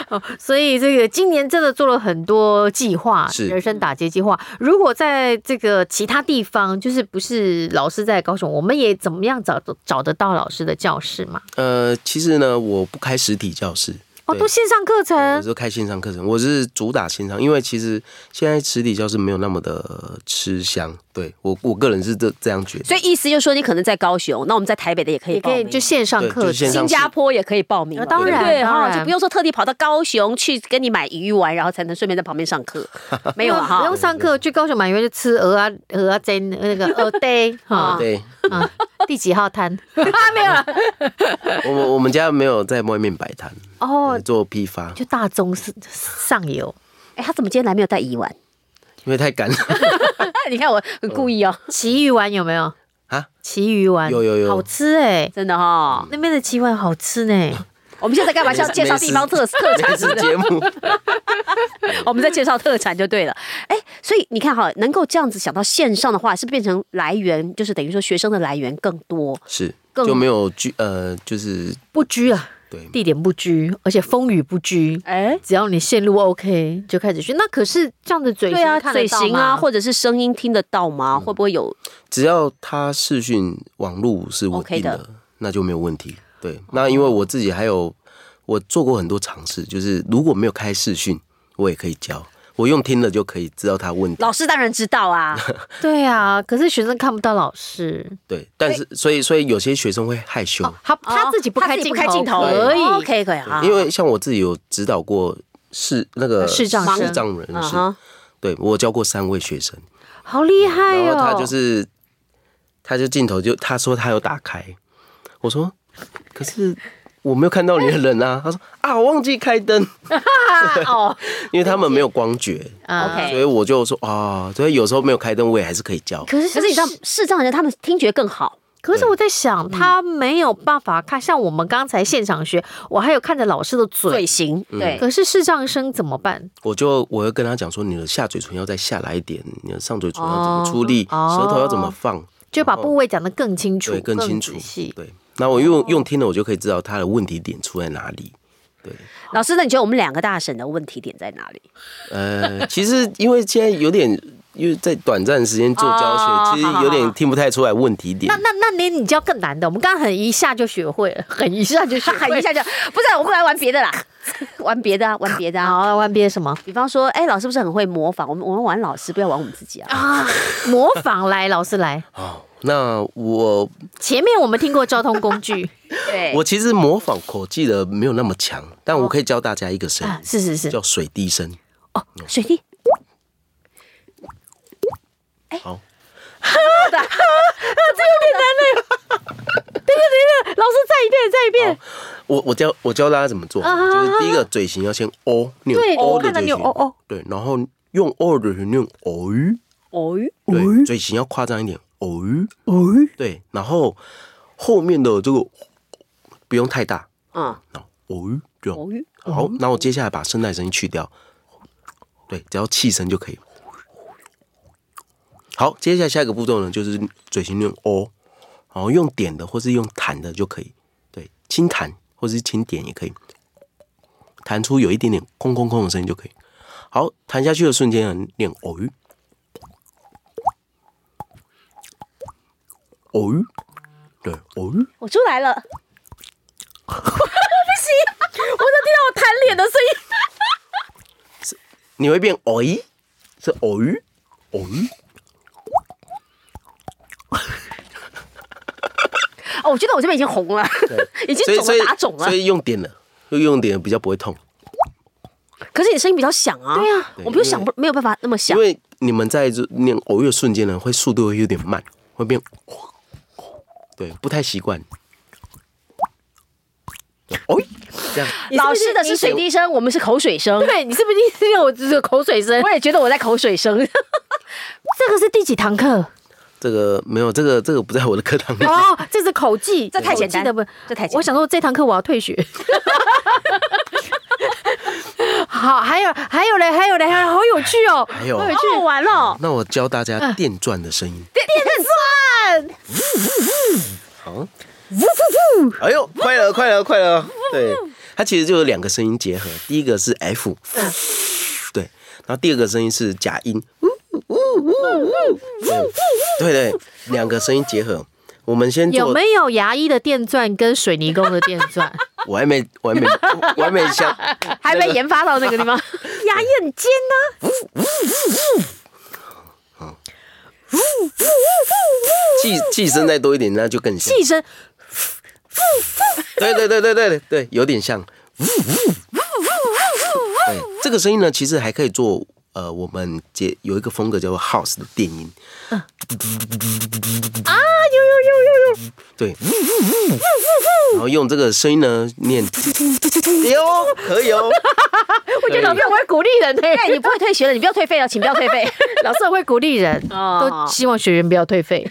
Speaker 4: 哦所以这个今年真的做了很多计划，
Speaker 5: 是
Speaker 4: 人生打劫计划。如果在这个其他地方，就是不是老师在高雄，我们也怎么样找找得到老师的教室嘛？
Speaker 5: 呃，其实呢，我不开实体教室，
Speaker 4: 哦，
Speaker 5: 对
Speaker 4: 都线上课
Speaker 5: 我
Speaker 4: 程，
Speaker 5: 是开线上课程，我是主打线上，因为其实现在实体教室没有那么的吃香。对我我个人是这这样觉得，
Speaker 2: 所以意思就是说，你可能在高雄，那我们在台北的也可以
Speaker 4: 也
Speaker 2: 报
Speaker 4: 可以
Speaker 2: 名，
Speaker 4: 就线上
Speaker 5: 对
Speaker 4: 课
Speaker 5: 就线
Speaker 4: 程。
Speaker 2: 新
Speaker 5: 上
Speaker 2: 加坡也可以报名嘛，
Speaker 4: 啊当
Speaker 2: 对
Speaker 4: 然
Speaker 2: 不对
Speaker 4: 当
Speaker 2: 哈，
Speaker 4: 然
Speaker 2: 就不用说特地跑到高雄去跟你买鱼丸，然后才能顺便在旁边上 课，没有啊
Speaker 4: 不
Speaker 2: 哈
Speaker 4: 用。上课，去高雄买鱼就吃鹅啊鹅啊煎那个鹅 呆哈
Speaker 5: 对
Speaker 4: 啊，第几号摊？
Speaker 5: 我们我们家没有在外面摆摊，
Speaker 4: 哦，
Speaker 5: 做批发，
Speaker 4: 就大中是上游，
Speaker 2: 哎，他怎么今天来没有带鱼 丸？
Speaker 5: 因为太赶了。
Speaker 2: 你看我很故意哦，
Speaker 4: 旗鱼丸有没有
Speaker 5: 啊？
Speaker 4: 旗鱼丸
Speaker 5: 有有有
Speaker 4: 好吃哎，
Speaker 2: 真的哈。
Speaker 4: 那边的旗丸好吃呢。
Speaker 2: 我们现在在干嘛？是要介绍地方特特产
Speaker 5: 电
Speaker 2: 是
Speaker 5: 视
Speaker 2: 不是？
Speaker 5: 节目，
Speaker 2: 哦我们在介绍特产就对了。哎，所以你看哈，能够这样子想到线上的话，是不是变成来源，就是等于说学生的来源更多。
Speaker 5: 是
Speaker 2: 更
Speaker 5: 就没有居呃，就是
Speaker 4: 不拘啊，
Speaker 5: 对
Speaker 4: 地点不拘，而且风雨不拘，
Speaker 2: 哎，
Speaker 4: 只要你线路 OK 就开始去。那可是这样的嘴
Speaker 2: 对
Speaker 4: 型
Speaker 2: 啊，
Speaker 4: 看得
Speaker 2: 嘴
Speaker 4: 到
Speaker 2: 型
Speaker 4: 吗
Speaker 2: 啊，或者是声音听得到吗？会不会有？
Speaker 5: 只要他视讯网络是稳
Speaker 2: OK
Speaker 5: 定
Speaker 2: 的哦
Speaker 5: 的，那就没有问题。对，那因为我自己还有我做过很多尝试，就是如果没有开视讯，我也可以教，我用听了就可以知道他问题。
Speaker 2: 老师当然知道 啊，
Speaker 4: 对啊，可是学生看不到老师，
Speaker 5: 对，但是所以所以有些学生会害羞，
Speaker 4: 他他自己不开
Speaker 2: 他自己
Speaker 4: 镜
Speaker 2: 不开镜头，
Speaker 4: 可以。
Speaker 2: ，OK 可以哦啊。
Speaker 5: 因为像我自己有指导过视那个
Speaker 4: 视障生
Speaker 5: 视障人
Speaker 2: 嗯
Speaker 5: 士，
Speaker 2: 哼
Speaker 5: 对我教过三位学生，
Speaker 4: 好厉害
Speaker 5: 然
Speaker 4: 哦！
Speaker 5: 后他就是，他就镜头就他说他有打开，我说可是我没有看到你的人 啊。他说啊，我忘记开灯，
Speaker 4: 哦
Speaker 5: 因为他们没有光觉，哦
Speaker 4: 啊
Speaker 2: OK
Speaker 5: 所以我就说啊，所以有时候没有开灯，我也还是可以教。
Speaker 4: 可是
Speaker 2: 可是你知道，视障人他们听觉更好，
Speaker 4: 可是我在想，他没有办法看，像我们刚才现场学，我还有看着老师的
Speaker 2: 嘴
Speaker 4: 嘴。
Speaker 2: 型
Speaker 5: 嗯哎
Speaker 2: 嗯对。
Speaker 4: 可是视障生怎么办？
Speaker 5: 我就我会跟他讲说，你的下嘴唇要再下来一点，你的上嘴唇要怎么出力，
Speaker 4: 哦
Speaker 5: 舌头要怎么放，
Speaker 4: 就把
Speaker 5: 然后
Speaker 4: 部位讲得更清楚，
Speaker 5: 对更清楚
Speaker 4: 仔细。哦
Speaker 5: 对，那我用用听了，我就可以知道他的问题点出在哪里。
Speaker 2: 老师，那你觉得我们两个大神的问题点在 哪里？
Speaker 5: 呃，其实因为现在有点，因为在短暂时间做教学，
Speaker 4: 哦
Speaker 5: 其
Speaker 4: 好好
Speaker 5: 实
Speaker 4: 好
Speaker 5: 有点听不太出来问题点
Speaker 4: 那。那那你你就要更难的，我们刚刚很一下就学会了， 很一下就学会，
Speaker 2: 喊 一下就不是，我们来玩别的啦， 玩别的啊，玩别的啊。
Speaker 4: 好玩别什么
Speaker 2: 比方说，哎、老师不是很会模仿？我们我们玩老师，不要玩我们自己啊。
Speaker 4: 啊？模仿 来，老师来，
Speaker 5: 那我
Speaker 4: 前面我们听过交通工 具
Speaker 2: 对
Speaker 5: 我其实模仿口技的没有那么强，但我可以教大家一个声
Speaker 4: 啊，是是是，哦
Speaker 5: 叫水滴声。嗯
Speaker 2: 水滴，
Speaker 4: 哎
Speaker 5: 好，
Speaker 4: 老师再一遍，再一遍，
Speaker 5: 我我教我教大家怎么做，
Speaker 4: 啊
Speaker 5: 就是第一个嘴型要先哦，你有
Speaker 4: 对
Speaker 5: 哦
Speaker 4: 我
Speaker 5: 的
Speaker 4: 看到
Speaker 5: 嘴
Speaker 4: 你有
Speaker 5: 型，
Speaker 4: 哦哦，
Speaker 5: 对，然后用哦的嘴型用哦，
Speaker 2: 哦，
Speaker 5: 对，嘴型要夸张一点，哦哦，对，然后后面的这个不用太大，
Speaker 2: 嗯，
Speaker 5: 然后哦这样
Speaker 2: 哦，
Speaker 5: 好，那我接下来把声带声音去掉，对，只要气声就可以了。好，接下来下一个步骤呢，就是嘴型用哦，然后用点的或是用弹的就可以，对，轻弹或是轻点也可以，弹出有一点点空空空的声音就可以。好，弹下去的瞬间呢，念哦吁，哦吁，对，哦吁。
Speaker 2: 我出来了。
Speaker 4: 弹脸的声音，
Speaker 5: 你会变哦咦，是哦咦，哦咦。
Speaker 2: 哦，我觉得我这边已经红了，已经
Speaker 5: 所以
Speaker 2: 肿
Speaker 5: 所以
Speaker 2: 了打啊肿了
Speaker 5: 所。以用点了，就用点了比较不会痛，
Speaker 2: 可是你声音比较响啊。对
Speaker 4: 啊，
Speaker 2: 我们就想不没有办法那么
Speaker 5: 因
Speaker 2: 响。
Speaker 5: 为你们在这念偶遇的瞬间呢，会速度会有点慢，会变，对，不太习惯。哦咦，这样
Speaker 4: 你
Speaker 2: 老
Speaker 4: 不
Speaker 2: 师的是水滴声，我们是口水声。
Speaker 4: 对你是不是一直有这个口水声
Speaker 2: 我？也觉得我在口水声。
Speaker 4: 这个是第几堂课？
Speaker 5: 这个没有，这个这个不在我的课堂里。
Speaker 4: 哦，这是口技，
Speaker 2: 这太简单
Speaker 4: 口技的不，
Speaker 2: 这太简单
Speaker 4: 我想说，这堂课我要退学。 好，还有还有嘞，还有嘞，还有好有趣哦，
Speaker 5: 还有
Speaker 4: 好有趣，好玩哦。
Speaker 5: 那我教大家电钻的声音。电钻，好，哎呦，快了，快了，快了！对，它其实就有两个声音结合，第一个是 F，对，
Speaker 4: 嗯
Speaker 5: 然后第二个声音是假音，对对对，两个声音结合。我们先
Speaker 4: 有
Speaker 5: 做，
Speaker 4: 没有牙医的电钻跟水泥工的电钻？
Speaker 5: 我还没，我还没，我还没 想，
Speaker 2: 还没研发到那个地方，
Speaker 4: 牙医很尖啊呐、
Speaker 5: 气气声再多一点，那就更像。
Speaker 4: 气声
Speaker 5: 对对对对对对对，有点像。对，这个声音呢，其实还可以做呃，我们节有一个风格叫做 house 的电音。啊，有有有有有。对。然后用这个声音呢念。哟，可以哦。 我觉得
Speaker 4: 老师很会鼓励人嘞、
Speaker 2: 哎，你不会退学了，你不要退费了，请不要退 费。
Speaker 4: 老师很会鼓励人，
Speaker 2: 哦
Speaker 4: 都希望学员不要 退费。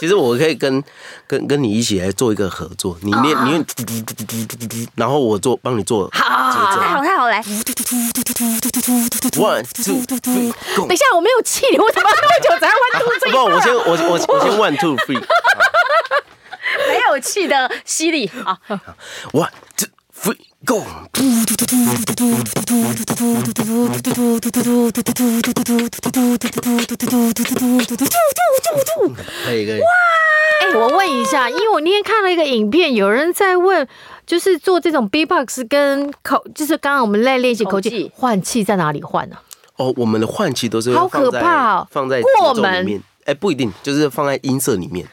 Speaker 5: 其实我可以跟跟跟你一起来做一个合作，你念你念，然后我做帮你做节
Speaker 2: 太好
Speaker 5: 奏。
Speaker 2: 了太好了，来，
Speaker 5: One two three go
Speaker 4: 等一。下，我没有气，我怎么那么久才完犊子？
Speaker 5: 不，我先我我我先 one two three，one
Speaker 2: 没有气的犀利啊！
Speaker 5: two three go。可以可以，
Speaker 4: 哎、我问一下，因为我那天看了一个影片，有人在问，就是做这种 B-box 跟口，就是刚刚我们在练习口
Speaker 2: 口
Speaker 4: 技
Speaker 2: 技，
Speaker 4: 换气在哪里换啊呢、
Speaker 5: 哦，我们的换气都是
Speaker 4: 好可
Speaker 5: 放在
Speaker 4: 怕哦
Speaker 5: 放在
Speaker 4: 过
Speaker 5: 节奏里
Speaker 4: 门
Speaker 5: 面，哎，不一定，就是放在音色里面。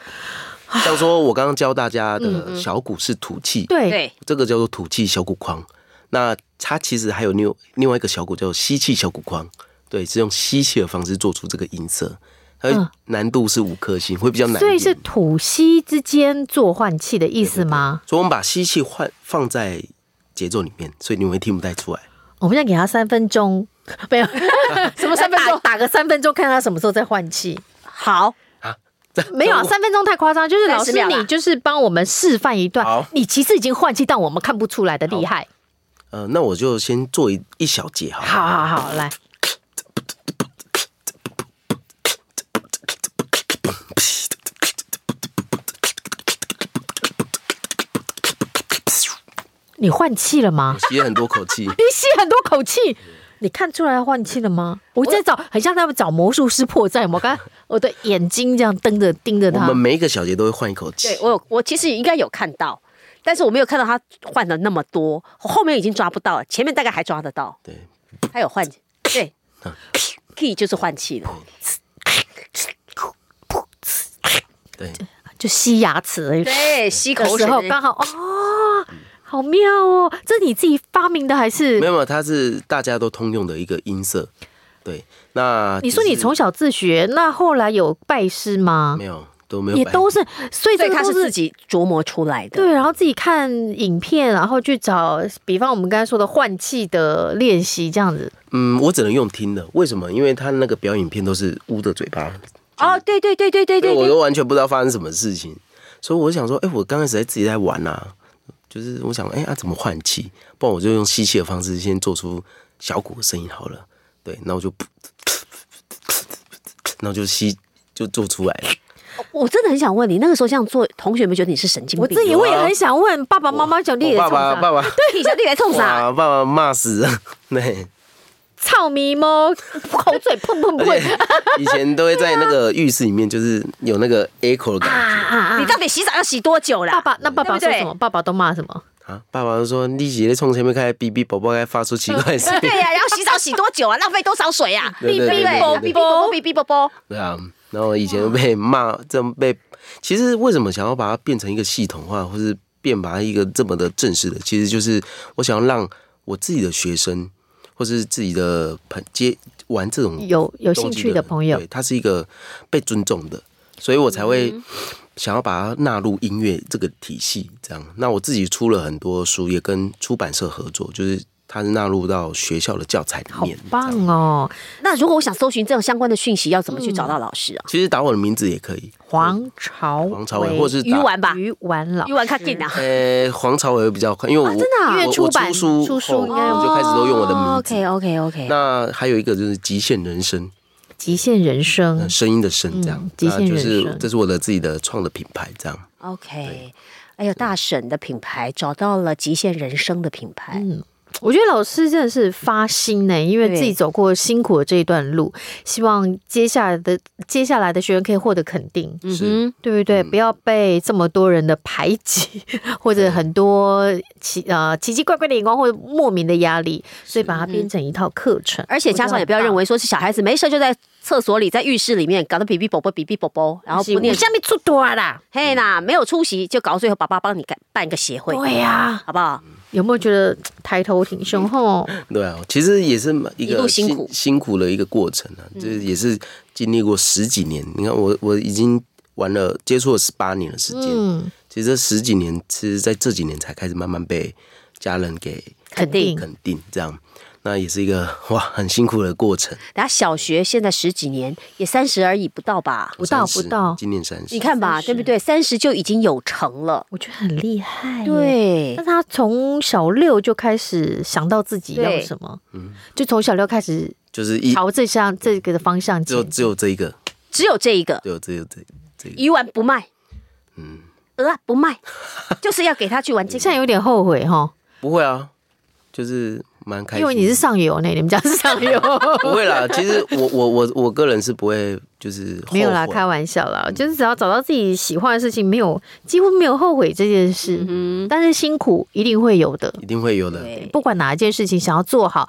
Speaker 5: 像说我刚刚教大家的小鼓是吐气，
Speaker 4: 嗯对，
Speaker 2: 对，
Speaker 5: 这个叫做吐气小鼓框。那它其实还有另另外一个小鼓叫做吸气小鼓框，对，是用吸气的方式做出这个音色，它难度是五颗星，会比较难一点。
Speaker 4: 嗯所以是吐息之间做换气的意思吗？
Speaker 5: 所以我们把吸气换放在节奏里面，所以你们会听不太出来。
Speaker 4: 我们要给他三分 钟，没有什么三分钟，打个三分钟，看他什么时候再换气。
Speaker 2: 好，
Speaker 4: 没有啊，三分钟太夸张，就是老师
Speaker 2: 30秒啦
Speaker 4: 你就是帮我们示范一段
Speaker 5: 好，
Speaker 4: 你其实已经换气，但我们看不出来的厉害。
Speaker 5: 呃，那我就先做一一小节好了。
Speaker 4: 好好好，来，你换气了吗。
Speaker 5: 我？吸了很多口气
Speaker 4: 你吸很多口气，你看出来换气了吗？我在找，很像他们找魔术师破绽。我刚我的眼睛这样瞪着盯着
Speaker 5: 我
Speaker 4: 他
Speaker 5: 们，每一个小节都会换一口气
Speaker 2: 对，我有，我其实应该有看到，但是我没有看到他换的那么多，我后面已经抓不到了，前面大概还抓得到。
Speaker 5: 对，
Speaker 2: 还有换，对，key 就是换气了。
Speaker 5: 对，
Speaker 4: 就吸牙齿而已。
Speaker 2: 对，吸
Speaker 4: 的
Speaker 2: 口
Speaker 4: 时
Speaker 2: 水
Speaker 4: 候刚好哦，好妙哦！这你自己发明的还是
Speaker 5: 没？有，没有，它是大家都通用的一个音色。对，那
Speaker 4: 你说
Speaker 5: 只
Speaker 4: 你
Speaker 5: 是
Speaker 4: 从小自学，那后来有拜师吗
Speaker 5: 没？有都没有
Speaker 4: 也
Speaker 5: 摆
Speaker 4: 都是，所以
Speaker 2: 所
Speaker 4: 这
Speaker 2: 以
Speaker 4: 个
Speaker 2: 他
Speaker 4: 都
Speaker 2: 是自己琢磨出来的。
Speaker 4: 对，然后自己看影片，然后去找，比方我们刚才说的换气的练习这样子。
Speaker 5: 嗯，我只能用听的。为什么？因为他那个表演片都是捂着嘴巴，
Speaker 2: 哦，对对对对对对
Speaker 5: 我
Speaker 2: 对，
Speaker 5: 都完全不知道发生什么事情，所以我想说，哎、我刚开始在自己在玩啊，就是我想，哎、啊怎么换气？不然我就用吸气的方式先做出小鼓的声音好了。对，然后就，然后就吸就做出来了。
Speaker 2: 我真的很想问你，那个时候这样做，同学们觉得你是神经病？
Speaker 4: 我自己我也很想问爸爸妈妈讲，你也
Speaker 5: 我爸爸爸爸，
Speaker 2: 对，小弟来冲啥？
Speaker 5: 哇，爸爸骂死了。对，
Speaker 4: 操迷 猫，口水碰碰
Speaker 5: 而
Speaker 4: 碰
Speaker 5: 且以前都会在那个浴室里面，就是有那个 echo 的感觉。
Speaker 4: 啊啊！
Speaker 2: 你到底洗澡要洗多久
Speaker 4: 爸
Speaker 2: 啦？
Speaker 4: 爸那爸爸
Speaker 2: 对
Speaker 4: 说
Speaker 2: 不对
Speaker 4: 什么？爸爸都骂什么？
Speaker 5: 啊！爸爸就说：“你姐在从前面开始哔哔，宝宝该发出奇怪的声音。
Speaker 2: 对呀、然后洗澡洗多久啊？浪费多少水啊？
Speaker 5: 对对对对对
Speaker 2: 啵哔哔啵啵哔哔啵啵。”
Speaker 5: 对啊，然后以前都被骂，这样被。其实为什么想要把它变成一个系统化，或是变把它一个这么的正式的，其实就是我想要让我自己的学生，或是自己的朋接玩这种
Speaker 4: 有有兴
Speaker 5: 东西
Speaker 4: 趣的朋友
Speaker 5: 对，他是一个被尊重的，所以我才会
Speaker 4: 嗯
Speaker 5: 想要把它纳入音乐这个体系。这样，那我自己出了很多书，也跟出版社合作，就是它是纳入到学校的教材里
Speaker 4: 好
Speaker 5: 面。这样
Speaker 4: 棒哦！
Speaker 2: 那如果我想搜寻这种相关的讯息，要怎么去找到老师啊？
Speaker 5: 其实打我的名字也可以，
Speaker 4: 黄朝
Speaker 5: 黄朝伟，或是
Speaker 2: 鱼
Speaker 5: 打
Speaker 2: 丸吧，
Speaker 4: 于完老
Speaker 2: 鱼丸看进啊。
Speaker 5: 呃，黄朝伟比较快，因为我、
Speaker 2: 真的啊
Speaker 5: 我
Speaker 4: 因为
Speaker 5: 我
Speaker 4: 出版
Speaker 5: 书
Speaker 4: 出书
Speaker 5: 后
Speaker 4: 应该哦用
Speaker 5: 我就开始都用我的名字。
Speaker 2: OK OK OK。
Speaker 5: 那还有一个就是《极限人生》
Speaker 4: 极限人
Speaker 5: 呃，
Speaker 4: 生，
Speaker 5: 声音的声这
Speaker 4: 嗯
Speaker 5: 样，
Speaker 4: 极限
Speaker 5: 那就
Speaker 4: 人
Speaker 5: 是
Speaker 4: 生
Speaker 5: 这是我的自己的创的品牌这样。
Speaker 2: OK，哎呦，大婶的品牌找到了极限人生的品牌，
Speaker 4: 我觉得老师真的是发心呢、因为
Speaker 2: 对
Speaker 4: 自己走过辛苦的这一段路，希望接下来的接下来的学员可以获得肯定，
Speaker 2: 嗯
Speaker 5: 是，
Speaker 4: 对不对？不要被这么多人的排挤， 或者很多奇呃奇奇怪怪的眼光或者莫名的压力，所以把它变成一套课程。
Speaker 2: 嗯而且家长也不要认为说是小孩子没事就在厕所里、在浴室里面搞得比比啵啵、比比啵啵，然后
Speaker 4: 我觉
Speaker 2: 不
Speaker 4: 得很棒，
Speaker 2: 念
Speaker 4: 你下面出多啦，
Speaker 2: 嘿啦，没有出席就搞到最后，爸爸帮你干办一个协会，
Speaker 4: 对呀、
Speaker 2: 好不好？
Speaker 5: 嗯
Speaker 4: 有没有觉得抬头挺胸吼？
Speaker 2: 嗯
Speaker 5: 对啊，其实也是蛮一
Speaker 2: 一路
Speaker 5: 个
Speaker 2: 辛苦
Speaker 5: 辛苦的一个过程啊，
Speaker 4: 嗯
Speaker 5: 就是也是经历过十几年。你看我我已经玩了接触了十八年的时间，
Speaker 4: 嗯，
Speaker 5: 其实这十几年其实在这几年才开始慢慢被家人给
Speaker 2: 肯定。
Speaker 5: 肯定这样，那也是一个哇很辛苦的过程。
Speaker 2: 等下小学现在十几年，也三十而已不到吧？
Speaker 4: 不到
Speaker 5: 30
Speaker 4: 不到
Speaker 5: 今年三十。
Speaker 2: 你看吧，
Speaker 4: 30
Speaker 2: 对不对？三十就已经有成了，
Speaker 4: 我觉得很厉害耶。
Speaker 2: 对
Speaker 4: 那，他从小六就开始想到自己要
Speaker 2: 对
Speaker 4: 什么，就从小六开始
Speaker 5: 就是一嗯
Speaker 4: 朝这项这个的方向
Speaker 5: 只
Speaker 4: 前
Speaker 5: 有。只有这一个，
Speaker 2: 只有这一个
Speaker 5: 只有只有这这一个。
Speaker 2: 鱼丸不卖，嗯，鹅啊不 卖，就是要给他去玩这
Speaker 4: 现在
Speaker 2: 个。
Speaker 4: 有点后悔哈，
Speaker 5: 不会啊，就是蛮开心
Speaker 4: 因
Speaker 5: 的。
Speaker 4: 为你是上游呢，你们家是上游。
Speaker 5: 不会啦，其实我我我我个人是不会就是后悔
Speaker 4: 没有啦，开玩笑
Speaker 5: 嗯
Speaker 4: 啦，就是只要找到自己喜欢的事情，没有几乎没有后悔这件事。
Speaker 5: 嗯
Speaker 4: 但是辛苦一定会有的，
Speaker 5: 一定会有的。
Speaker 2: 对
Speaker 4: 不管哪一件事情想要做好，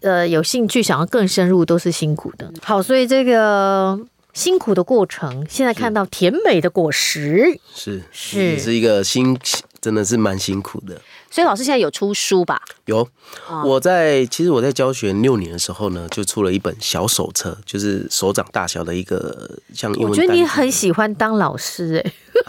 Speaker 4: 呃，有兴趣想要更深入都是辛苦
Speaker 5: 嗯
Speaker 4: 的。好，所以这个辛苦的过程，现在看到甜美的果实，
Speaker 5: 是
Speaker 4: 是
Speaker 5: 也是一个辛，真的是蛮辛苦的。
Speaker 2: 所以老师现在有出书吧？
Speaker 5: 有，
Speaker 4: 啊
Speaker 5: 我在其实我在教学六年的时候呢，就出了一本小手册，就是手掌大小的一个像英文
Speaker 4: 我
Speaker 5: 单
Speaker 4: 觉
Speaker 5: 字。
Speaker 4: 得你很喜欢当老师哎、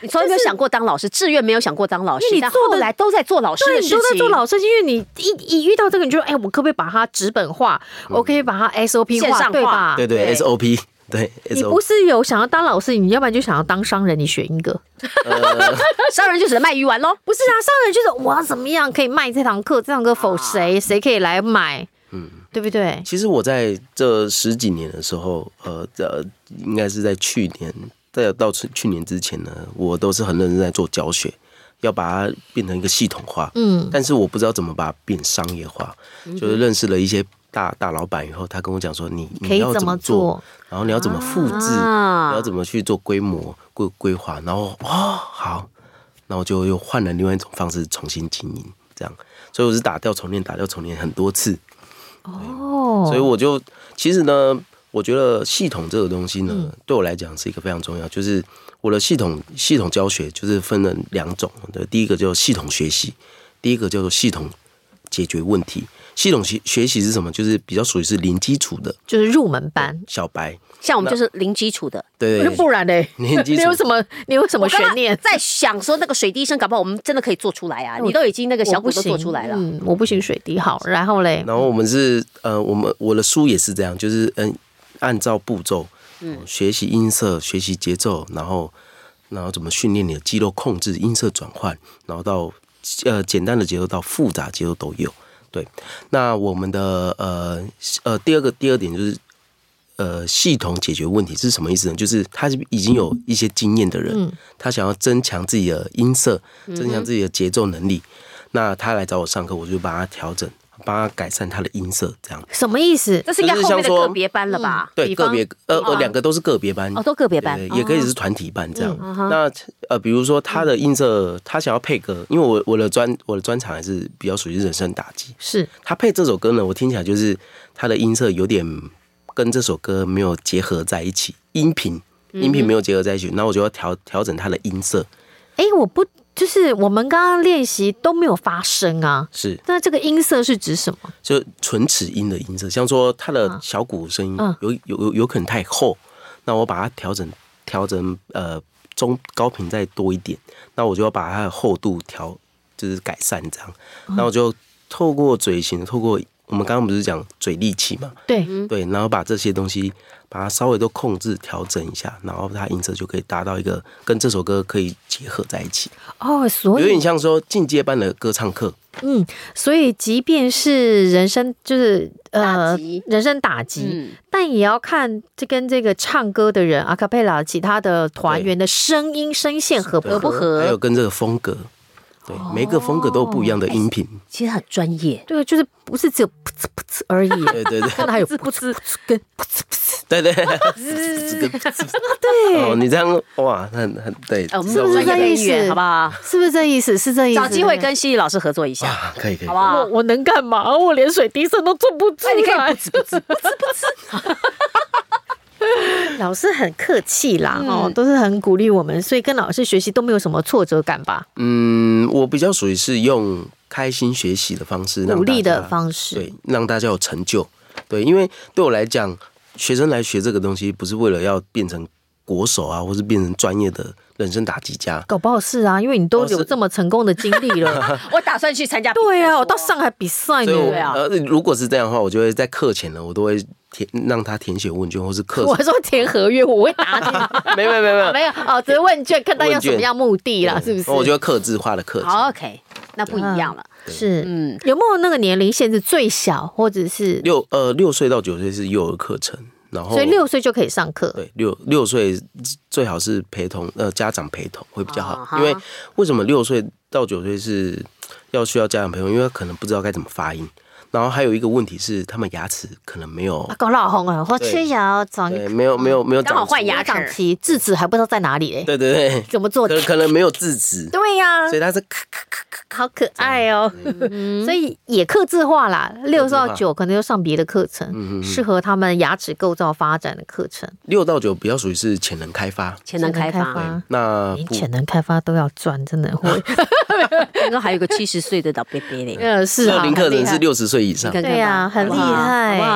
Speaker 2: 你从来没有想过当老师，志愿没有想过当老师
Speaker 4: 因为，你
Speaker 2: 但
Speaker 4: 做的
Speaker 2: 后来都在做老师
Speaker 4: 对
Speaker 2: 的
Speaker 4: 你
Speaker 2: 事
Speaker 4: 都
Speaker 2: 情。
Speaker 4: 在做老师，因为你一一遇到这个，你就哎，我可不可以把它纸本化？我可以把它 SOP
Speaker 2: 线上
Speaker 4: 化，
Speaker 2: 化
Speaker 4: 对吧？
Speaker 5: 嗯对对
Speaker 2: 对
Speaker 5: ，SOP，对
Speaker 4: 欸你不
Speaker 5: ，SOP，
Speaker 4: 是有想要当老师，你要不然就想要当商人，你选一个。
Speaker 2: 商人就只能卖鱼丸喽。
Speaker 4: 不是啊，商人就是我要怎么样可以卖这堂课，这堂课否谁，谁可以来买，嗯，对不对？
Speaker 5: 其实我在这十几年的时候，呃，呃，应该是在去年，在到去去年之前呢，我都是很认真在做教学。要把它变成一个系统化，
Speaker 4: 嗯，
Speaker 5: 但是我不知道怎么把它变商业化，就是认识了一些大大老板以后，他跟我讲说你
Speaker 4: 可
Speaker 5: 你
Speaker 4: 以
Speaker 5: 要
Speaker 4: 怎
Speaker 5: 怎
Speaker 4: 么
Speaker 5: 么
Speaker 4: 做
Speaker 5: 做，然后你要怎么复制，
Speaker 2: 啊
Speaker 5: 你要怎么去做规模规规划，然后哦好，那我就又换了另外一种方式重新经营，这样，所以我是打掉重练，打掉重练很多次，
Speaker 4: 哦，
Speaker 5: 所以我就其实呢，我觉得系统这个东西呢，对我来讲是一个非常重要。就是我的系统系统教学就是分了两种，对，第一个叫做系统学习，第一个叫做系统解决问题。系统学学习是什么？就是比较属于是零基础的
Speaker 4: 就是入门班，
Speaker 5: 小白，
Speaker 2: 像我们就是零基础的。
Speaker 5: 对，
Speaker 4: 不 然嘞， 你
Speaker 5: 你很基础
Speaker 4: 有什么你有什么
Speaker 2: 我刚
Speaker 4: 悬
Speaker 2: 刚
Speaker 4: 念？
Speaker 2: 在想说那个水滴声，搞不好我们真的可以做出来啊！你都已经那个小
Speaker 4: 我不
Speaker 2: 鼓都做
Speaker 4: 行
Speaker 2: 出来了，
Speaker 4: 嗯，我不行，水滴好，然后 嘞，
Speaker 5: 然后我们是呃，我们我的书也是这样，就是嗯，按照步骤，嗯，学习音色，学习节奏，然后然后怎么训练你的肌肉控制音色转换，然后到呃简单的节奏到复杂节奏都有。对，那我们的呃呃第二个第二点就是呃系统解决问题是什么意思呢？就是他是已经有一些经验的人，
Speaker 4: 嗯
Speaker 5: 他想要增强自己的音色，增强自己的节奏能力，那他来找我上课，我就帮他调整，帮他改善他的音色，这样。
Speaker 4: 什么意思？
Speaker 2: 这是应该
Speaker 5: 就是
Speaker 2: 后面的
Speaker 5: 像说
Speaker 2: 个别班了吧？
Speaker 5: 对
Speaker 4: 比，
Speaker 5: 个
Speaker 4: 方
Speaker 5: 别呃，我两个都是个别班
Speaker 2: 啊哦，都个别班嗯哦
Speaker 5: 对，也可以是团体班这样。那呃，比如说他的音色，他想要配歌，因为我我的专我的专长还是比较属于人声打击，
Speaker 4: 是
Speaker 5: 他配这首歌呢，我听起来就是他的音色有点跟这首歌没有结合在一起，音频
Speaker 2: 嗯
Speaker 5: 音频没有结合在一起，那我就要调调整他的音色，
Speaker 4: 哎，我不就是我们刚刚练习都没有发声啊，
Speaker 5: 是
Speaker 4: 那这个音色是指什么？
Speaker 5: 就唇齿音的音色，像说他的小鼓声音
Speaker 4: 嗯
Speaker 5: 有有有有可能太厚，那我把它调整调整呃中高频再多一点，那我就要把它的厚度调就是改善这样，那我就透过嘴型，透过我们刚刚不是讲嘴力气嘛，
Speaker 4: 对，
Speaker 5: 对，然后把这些东西把它稍微都控制调整一下，然后它音色就可以达到一个跟这首歌可以结合在一起，
Speaker 4: 哦，所
Speaker 5: 有
Speaker 4: 以
Speaker 5: 点像说进阶班的歌唱课，
Speaker 4: 嗯，所以即便是人生就是呃
Speaker 2: 打击
Speaker 4: 人生打击，
Speaker 2: 嗯，
Speaker 4: 但也要看这跟这个唱歌的人阿卡贝拉其他的团员的声音声线合不
Speaker 5: 对
Speaker 4: 合。哦
Speaker 5: 还有跟这个风格，对，每个风格都有不一样的音 频。
Speaker 2: 其实很专业。
Speaker 4: 对，就是不是只有噗呲噗呲而已，
Speaker 5: 对对对
Speaker 4: 看到还有噗呲噗呲跟噗呲噗呲。
Speaker 5: 对对，
Speaker 4: 嗯
Speaker 5: 对 哦，你这样哇，很很对，
Speaker 2: 哎，我们
Speaker 5: 知道
Speaker 2: 有
Speaker 4: 哦是
Speaker 2: 专业
Speaker 4: 这
Speaker 2: 的
Speaker 4: 意
Speaker 2: 音乐
Speaker 4: 思
Speaker 2: 好不好？
Speaker 4: 是不是这意思？是这意思。
Speaker 2: 找机会跟犀利老师合作一下，
Speaker 5: 啊，可以可以
Speaker 2: 好不，好
Speaker 4: 我？我能干嘛？我连水滴声都做不出来。
Speaker 2: 那你可以
Speaker 4: 不吃不吃不吃 不吃。老师很客气啦，哦，都是很鼓励我们，所以跟老师学习都没有什么挫折感吧？
Speaker 5: 嗯，我比较属于是用开心学习的方式，让
Speaker 4: 鼓励
Speaker 5: 大
Speaker 4: 的
Speaker 5: 家
Speaker 4: 方式，
Speaker 5: 对，让大家有成就，对，因为对我来讲，学生来学这个东西，不是为了要变成国手啊，或是变成专业的人生打击家，
Speaker 4: 搞不好是啊，因为你都
Speaker 5: 哦是
Speaker 4: 有这么成功的经历 了。
Speaker 2: 我打算去参加比赛。
Speaker 4: 对啊，我到
Speaker 2: 说
Speaker 4: 上海比赛
Speaker 5: 啊所以我
Speaker 4: 呢，
Speaker 5: 呃，如果是这样的话，我就会在课前呢，我都会填让他填写问卷，或是课
Speaker 4: 我还说填合约，我会答你，
Speaker 5: 没有没有没有
Speaker 4: 没有哦，只是问卷，看他要什么样目的啦，是不是？
Speaker 5: 哦我觉得克制化的课程
Speaker 2: 好 OK，那不一样了。
Speaker 4: 是，
Speaker 2: 嗯，
Speaker 4: 有没有那个年龄限制最小，或者是
Speaker 5: 六呃六岁到九岁是幼儿课程，然后
Speaker 4: 所以六岁就可以上课？
Speaker 5: 对六六岁最好是陪同呃家长陪同会比较
Speaker 2: 啊
Speaker 5: 好，
Speaker 2: 哈
Speaker 5: 因为为什么六岁到九岁是要需要家长陪同？因为他可能不知道该怎么发音，然后还有一个问题是他们牙齿可能没有
Speaker 4: 啊，搞老红啊，我缺牙长
Speaker 5: 对没有没有没有
Speaker 2: 刚好
Speaker 5: 长出
Speaker 2: 换牙
Speaker 4: 长
Speaker 2: 齿，
Speaker 4: 期，智齿还不知道在哪里嘞，
Speaker 5: 对对对，
Speaker 4: 怎么做
Speaker 5: 可
Speaker 4: 的
Speaker 5: 能？可能没有智齿，
Speaker 4: 对啊呀、
Speaker 5: 所以嗯他是咔咔咔咔
Speaker 4: 好可爱哦， 所以也克制化啦，六到九可能又上别的课
Speaker 5: 嗯
Speaker 4: 程，适合他们牙齿构造发展的课程。
Speaker 5: 六到九比较属于是潜能开发，
Speaker 2: 潜能开
Speaker 4: 潜能开
Speaker 2: 发
Speaker 4: 发，
Speaker 5: 那
Speaker 4: 连
Speaker 5: 嗯不
Speaker 4: 潜能开发都要赚，真 的会，
Speaker 2: 刚刚还有个七十岁的老贝贝嘞，
Speaker 4: 呃，是
Speaker 5: 乐
Speaker 4: 啊，
Speaker 5: 龄课程是六十岁以
Speaker 2: 你
Speaker 5: 上，
Speaker 2: 看看吧
Speaker 4: 对呀很
Speaker 2: 好不好
Speaker 4: 厉害
Speaker 2: 好不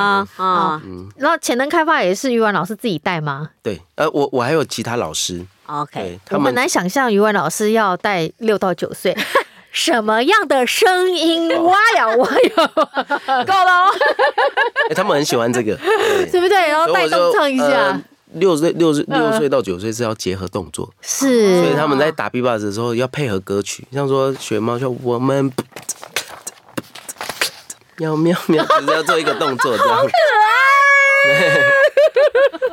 Speaker 2: 好啊
Speaker 5: 嗯
Speaker 4: 然后潜能开发也是于婉老师自己带吗？
Speaker 5: 对，呃我我还有其他老师，
Speaker 2: ？OK，
Speaker 5: 对他
Speaker 4: 我很
Speaker 5: 们
Speaker 4: 难想象于婉老师要带六到九 岁。什么样的声音？哇呀哇呀，够了、哦，
Speaker 5: 欸他们很喜欢这 个，对
Speaker 4: 对不对？然后
Speaker 5: 所以
Speaker 4: 带
Speaker 5: 我
Speaker 4: 动
Speaker 5: 就
Speaker 4: 唱一下，
Speaker 5: 呃六岁六岁六岁到九岁是要结合动作，
Speaker 4: 嗯是。啊
Speaker 5: 所以他们在打 B b o x 的时候要配合歌曲，像说学猫叫我们 喵喵喵，就是要做一个动作这样。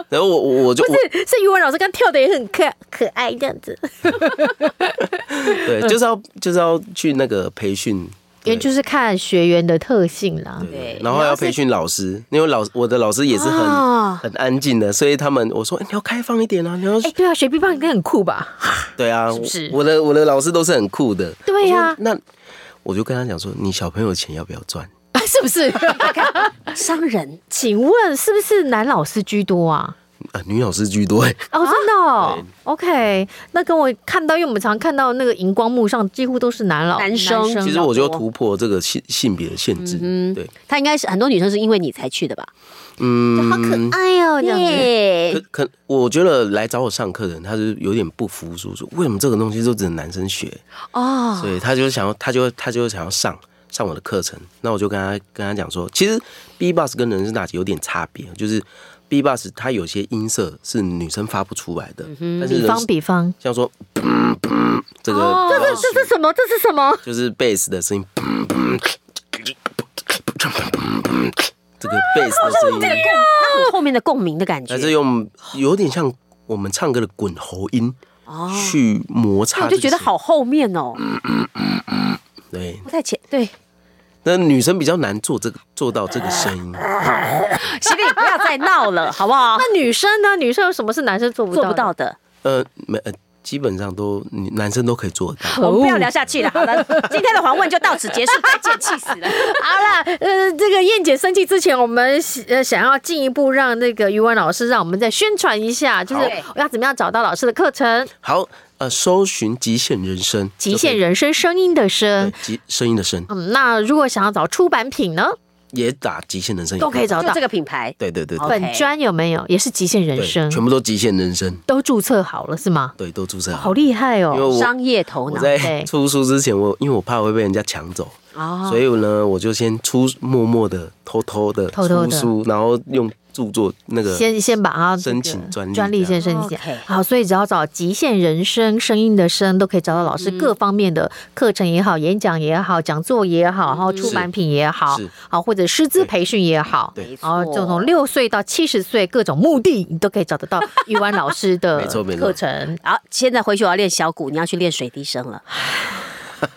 Speaker 5: 然后我我我就我
Speaker 4: 啊是是语文老师刚跳的也很可可爱这样子，
Speaker 5: 对，就是要就是要去那个培训，
Speaker 4: 因为就是看学员的特性啦。
Speaker 5: 对
Speaker 2: 对
Speaker 5: 然后要培训老师，因为老我的老师也是很、
Speaker 2: 啊
Speaker 5: 很安静的，所以他们我说、哎你要开放一点啊，你要、
Speaker 4: 哎，对啊，学 B 棒应该很酷吧？
Speaker 5: 对啊，
Speaker 2: 不是啊
Speaker 5: 我我的我的老师都是很酷的，
Speaker 4: 对啊呀、
Speaker 5: 那我就跟他讲说，你小朋友钱要不要赚？
Speaker 4: 啊，是不是？
Speaker 2: 商人
Speaker 4: 请问是不是男老师居多啊？
Speaker 5: 啊，女老师居多、欸，
Speaker 4: 哦，真的哦，OK，那跟我看到，因为我们常看到那个荧光幕上几乎都是男老
Speaker 2: 男生嗯
Speaker 4: 男
Speaker 5: 其实我就突破这个性性别的限制，对，
Speaker 2: 他应该是很多女生是因为你才去的吧？
Speaker 5: 嗯，
Speaker 1: 好可爱哦，这
Speaker 2: 嗯
Speaker 1: 样子。
Speaker 2: 耶
Speaker 5: 可可，我觉得来找我上课的人，他是有点不服输，说为什么这个东西都只能男生学？
Speaker 2: 哦，
Speaker 5: 所以他就想要，他就他就想要上上我的课程。那我就跟他跟他讲说，其实 B box 跟人声打击有点差别，就是 B box 它有些音色是女生发不出来的，但是
Speaker 4: 嗯比
Speaker 5: 人
Speaker 4: 方比方，
Speaker 5: 像说，砰砰这个
Speaker 4: 这是这是什么？这是什么？
Speaker 5: 就是贝斯的声音，砰砰，这个贝斯的声音，
Speaker 2: 他很后面的共鸣的感觉
Speaker 5: 它，是用有点像我们唱歌的滚喉音去摩擦，
Speaker 2: 哎我就觉得。好后面哦，
Speaker 5: 嗯对，
Speaker 2: 不太前对。
Speaker 5: 那女生比较难做这个做到这个声音，
Speaker 2: 行李不要再闹了，好不好？
Speaker 4: 那女生呢？女生有什么是男生做啊不到？
Speaker 2: 做不 到？的，
Speaker 5: 呃，没呃，基本上都女男生都可以做得到。
Speaker 2: 我们不要聊下去了。好了，今天的访问就到此结束，再见，气死了。
Speaker 4: 好了，呃，这个燕姐生气之前，我们呃想要进一步让那个语文老师，让我们再宣传一下，就是
Speaker 2: 好
Speaker 4: 要怎么样找到老师的课程，《
Speaker 5: 好，呃，搜寻极限人生，
Speaker 4: 极限
Speaker 5: 人
Speaker 4: 人生声音的声》。
Speaker 5: 极声音的声
Speaker 4: 嗯，那如果想要找出版品呢，
Speaker 5: 也打极限人生也
Speaker 4: 都可以找
Speaker 2: 就
Speaker 4: 到
Speaker 2: 这。个品牌，
Speaker 5: 对对对
Speaker 2: 好
Speaker 5: 对，
Speaker 4: 本专有没有？也是极限人
Speaker 5: 对
Speaker 4: 生，
Speaker 5: 全部都极限人生，
Speaker 4: 都注册好了是吗？
Speaker 5: 对，都注册好
Speaker 4: 好。厉害
Speaker 5: 因为
Speaker 4: 哦！
Speaker 5: 我
Speaker 2: 商业头
Speaker 5: 我
Speaker 2: 脑
Speaker 5: 在
Speaker 4: 对
Speaker 5: 出书之前，我因为我怕会被人家抢走，
Speaker 2: 哦
Speaker 5: 所以呢，我就先出默默的、偷偷的
Speaker 4: 偷偷
Speaker 5: 出
Speaker 4: 地
Speaker 5: 书，然后用著作那个
Speaker 4: 先先把啊它这个
Speaker 5: 申请专利
Speaker 4: 专利
Speaker 5: 这
Speaker 4: 先
Speaker 5: 样
Speaker 4: 申请
Speaker 2: OK。
Speaker 4: 好，所以只要找极限人生声音的声，都可以找到老
Speaker 2: 嗯
Speaker 4: 师各方面的课程也好、演讲也好、讲座也好，
Speaker 2: 嗯
Speaker 4: 然后出版品也好
Speaker 5: 是是，
Speaker 4: 好或者师资培训也好
Speaker 5: 对，
Speaker 4: 然后
Speaker 2: 没错
Speaker 4: 就从六岁到七十岁各种目的，你都可以找得到玉湾老师的
Speaker 5: 没错没错
Speaker 4: 课程。
Speaker 2: 好，现在回去我要练小鼓，你要去练水滴声了。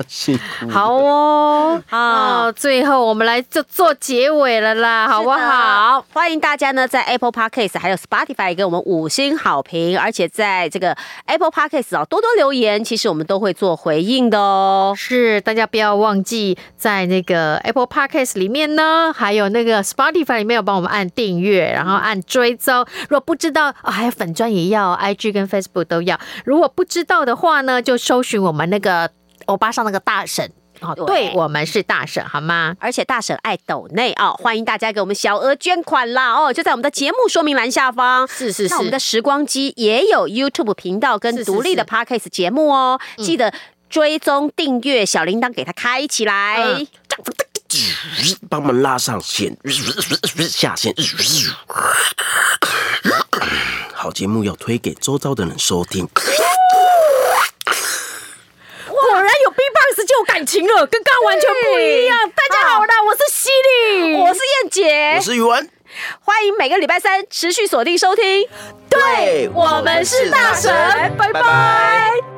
Speaker 5: 辛苦。
Speaker 4: 好哦，
Speaker 2: 啊
Speaker 4: 啊，最后我们来就做结尾了啦，好不好？
Speaker 2: 好，欢迎大家呢在 Apple Podcast 还有 Spotify 给我们五星好评，而且在这个 Apple Podcast 哦多多留言，其实我们都会做回应的哦。
Speaker 4: 是，大家不要忘记在那个 Apple Podcast 里面呢，还有那个 Spotify 里面有帮我们按订阅，然后按追踪。如果不知道，哦、还有粉砖也要，IG 跟 Facebook 都要。如果不知道的话呢，就搜寻我们那个欧巴上那个大婶。哦，
Speaker 2: 对
Speaker 4: 对，我们是大婶，好吗？
Speaker 2: 而且大婶爱抖内哦，欢迎大家给我们小额捐款啦哦，就在我们的节目说明栏下方。
Speaker 4: 是是
Speaker 2: 那我们的时光机也有 YouTube 频道跟
Speaker 4: 是是
Speaker 2: 独立的
Speaker 4: 是嗯
Speaker 2: Podcast 节目哦，记得追踪订阅小铃铛给它开起来。
Speaker 4: 嗯
Speaker 3: 帮忙拉上线，下线。
Speaker 5: 好节目要推给周遭的人收听。
Speaker 4: 果然有 B-box 就有感情了，跟刚刚完全不一样。大家好啦，我是犀利，
Speaker 2: 我是燕姐
Speaker 5: 我，是宇文，
Speaker 2: 欢迎每个礼拜三持续锁定收听。
Speaker 5: 对
Speaker 2: 我们是大神，拜
Speaker 5: 拜拜
Speaker 2: 拜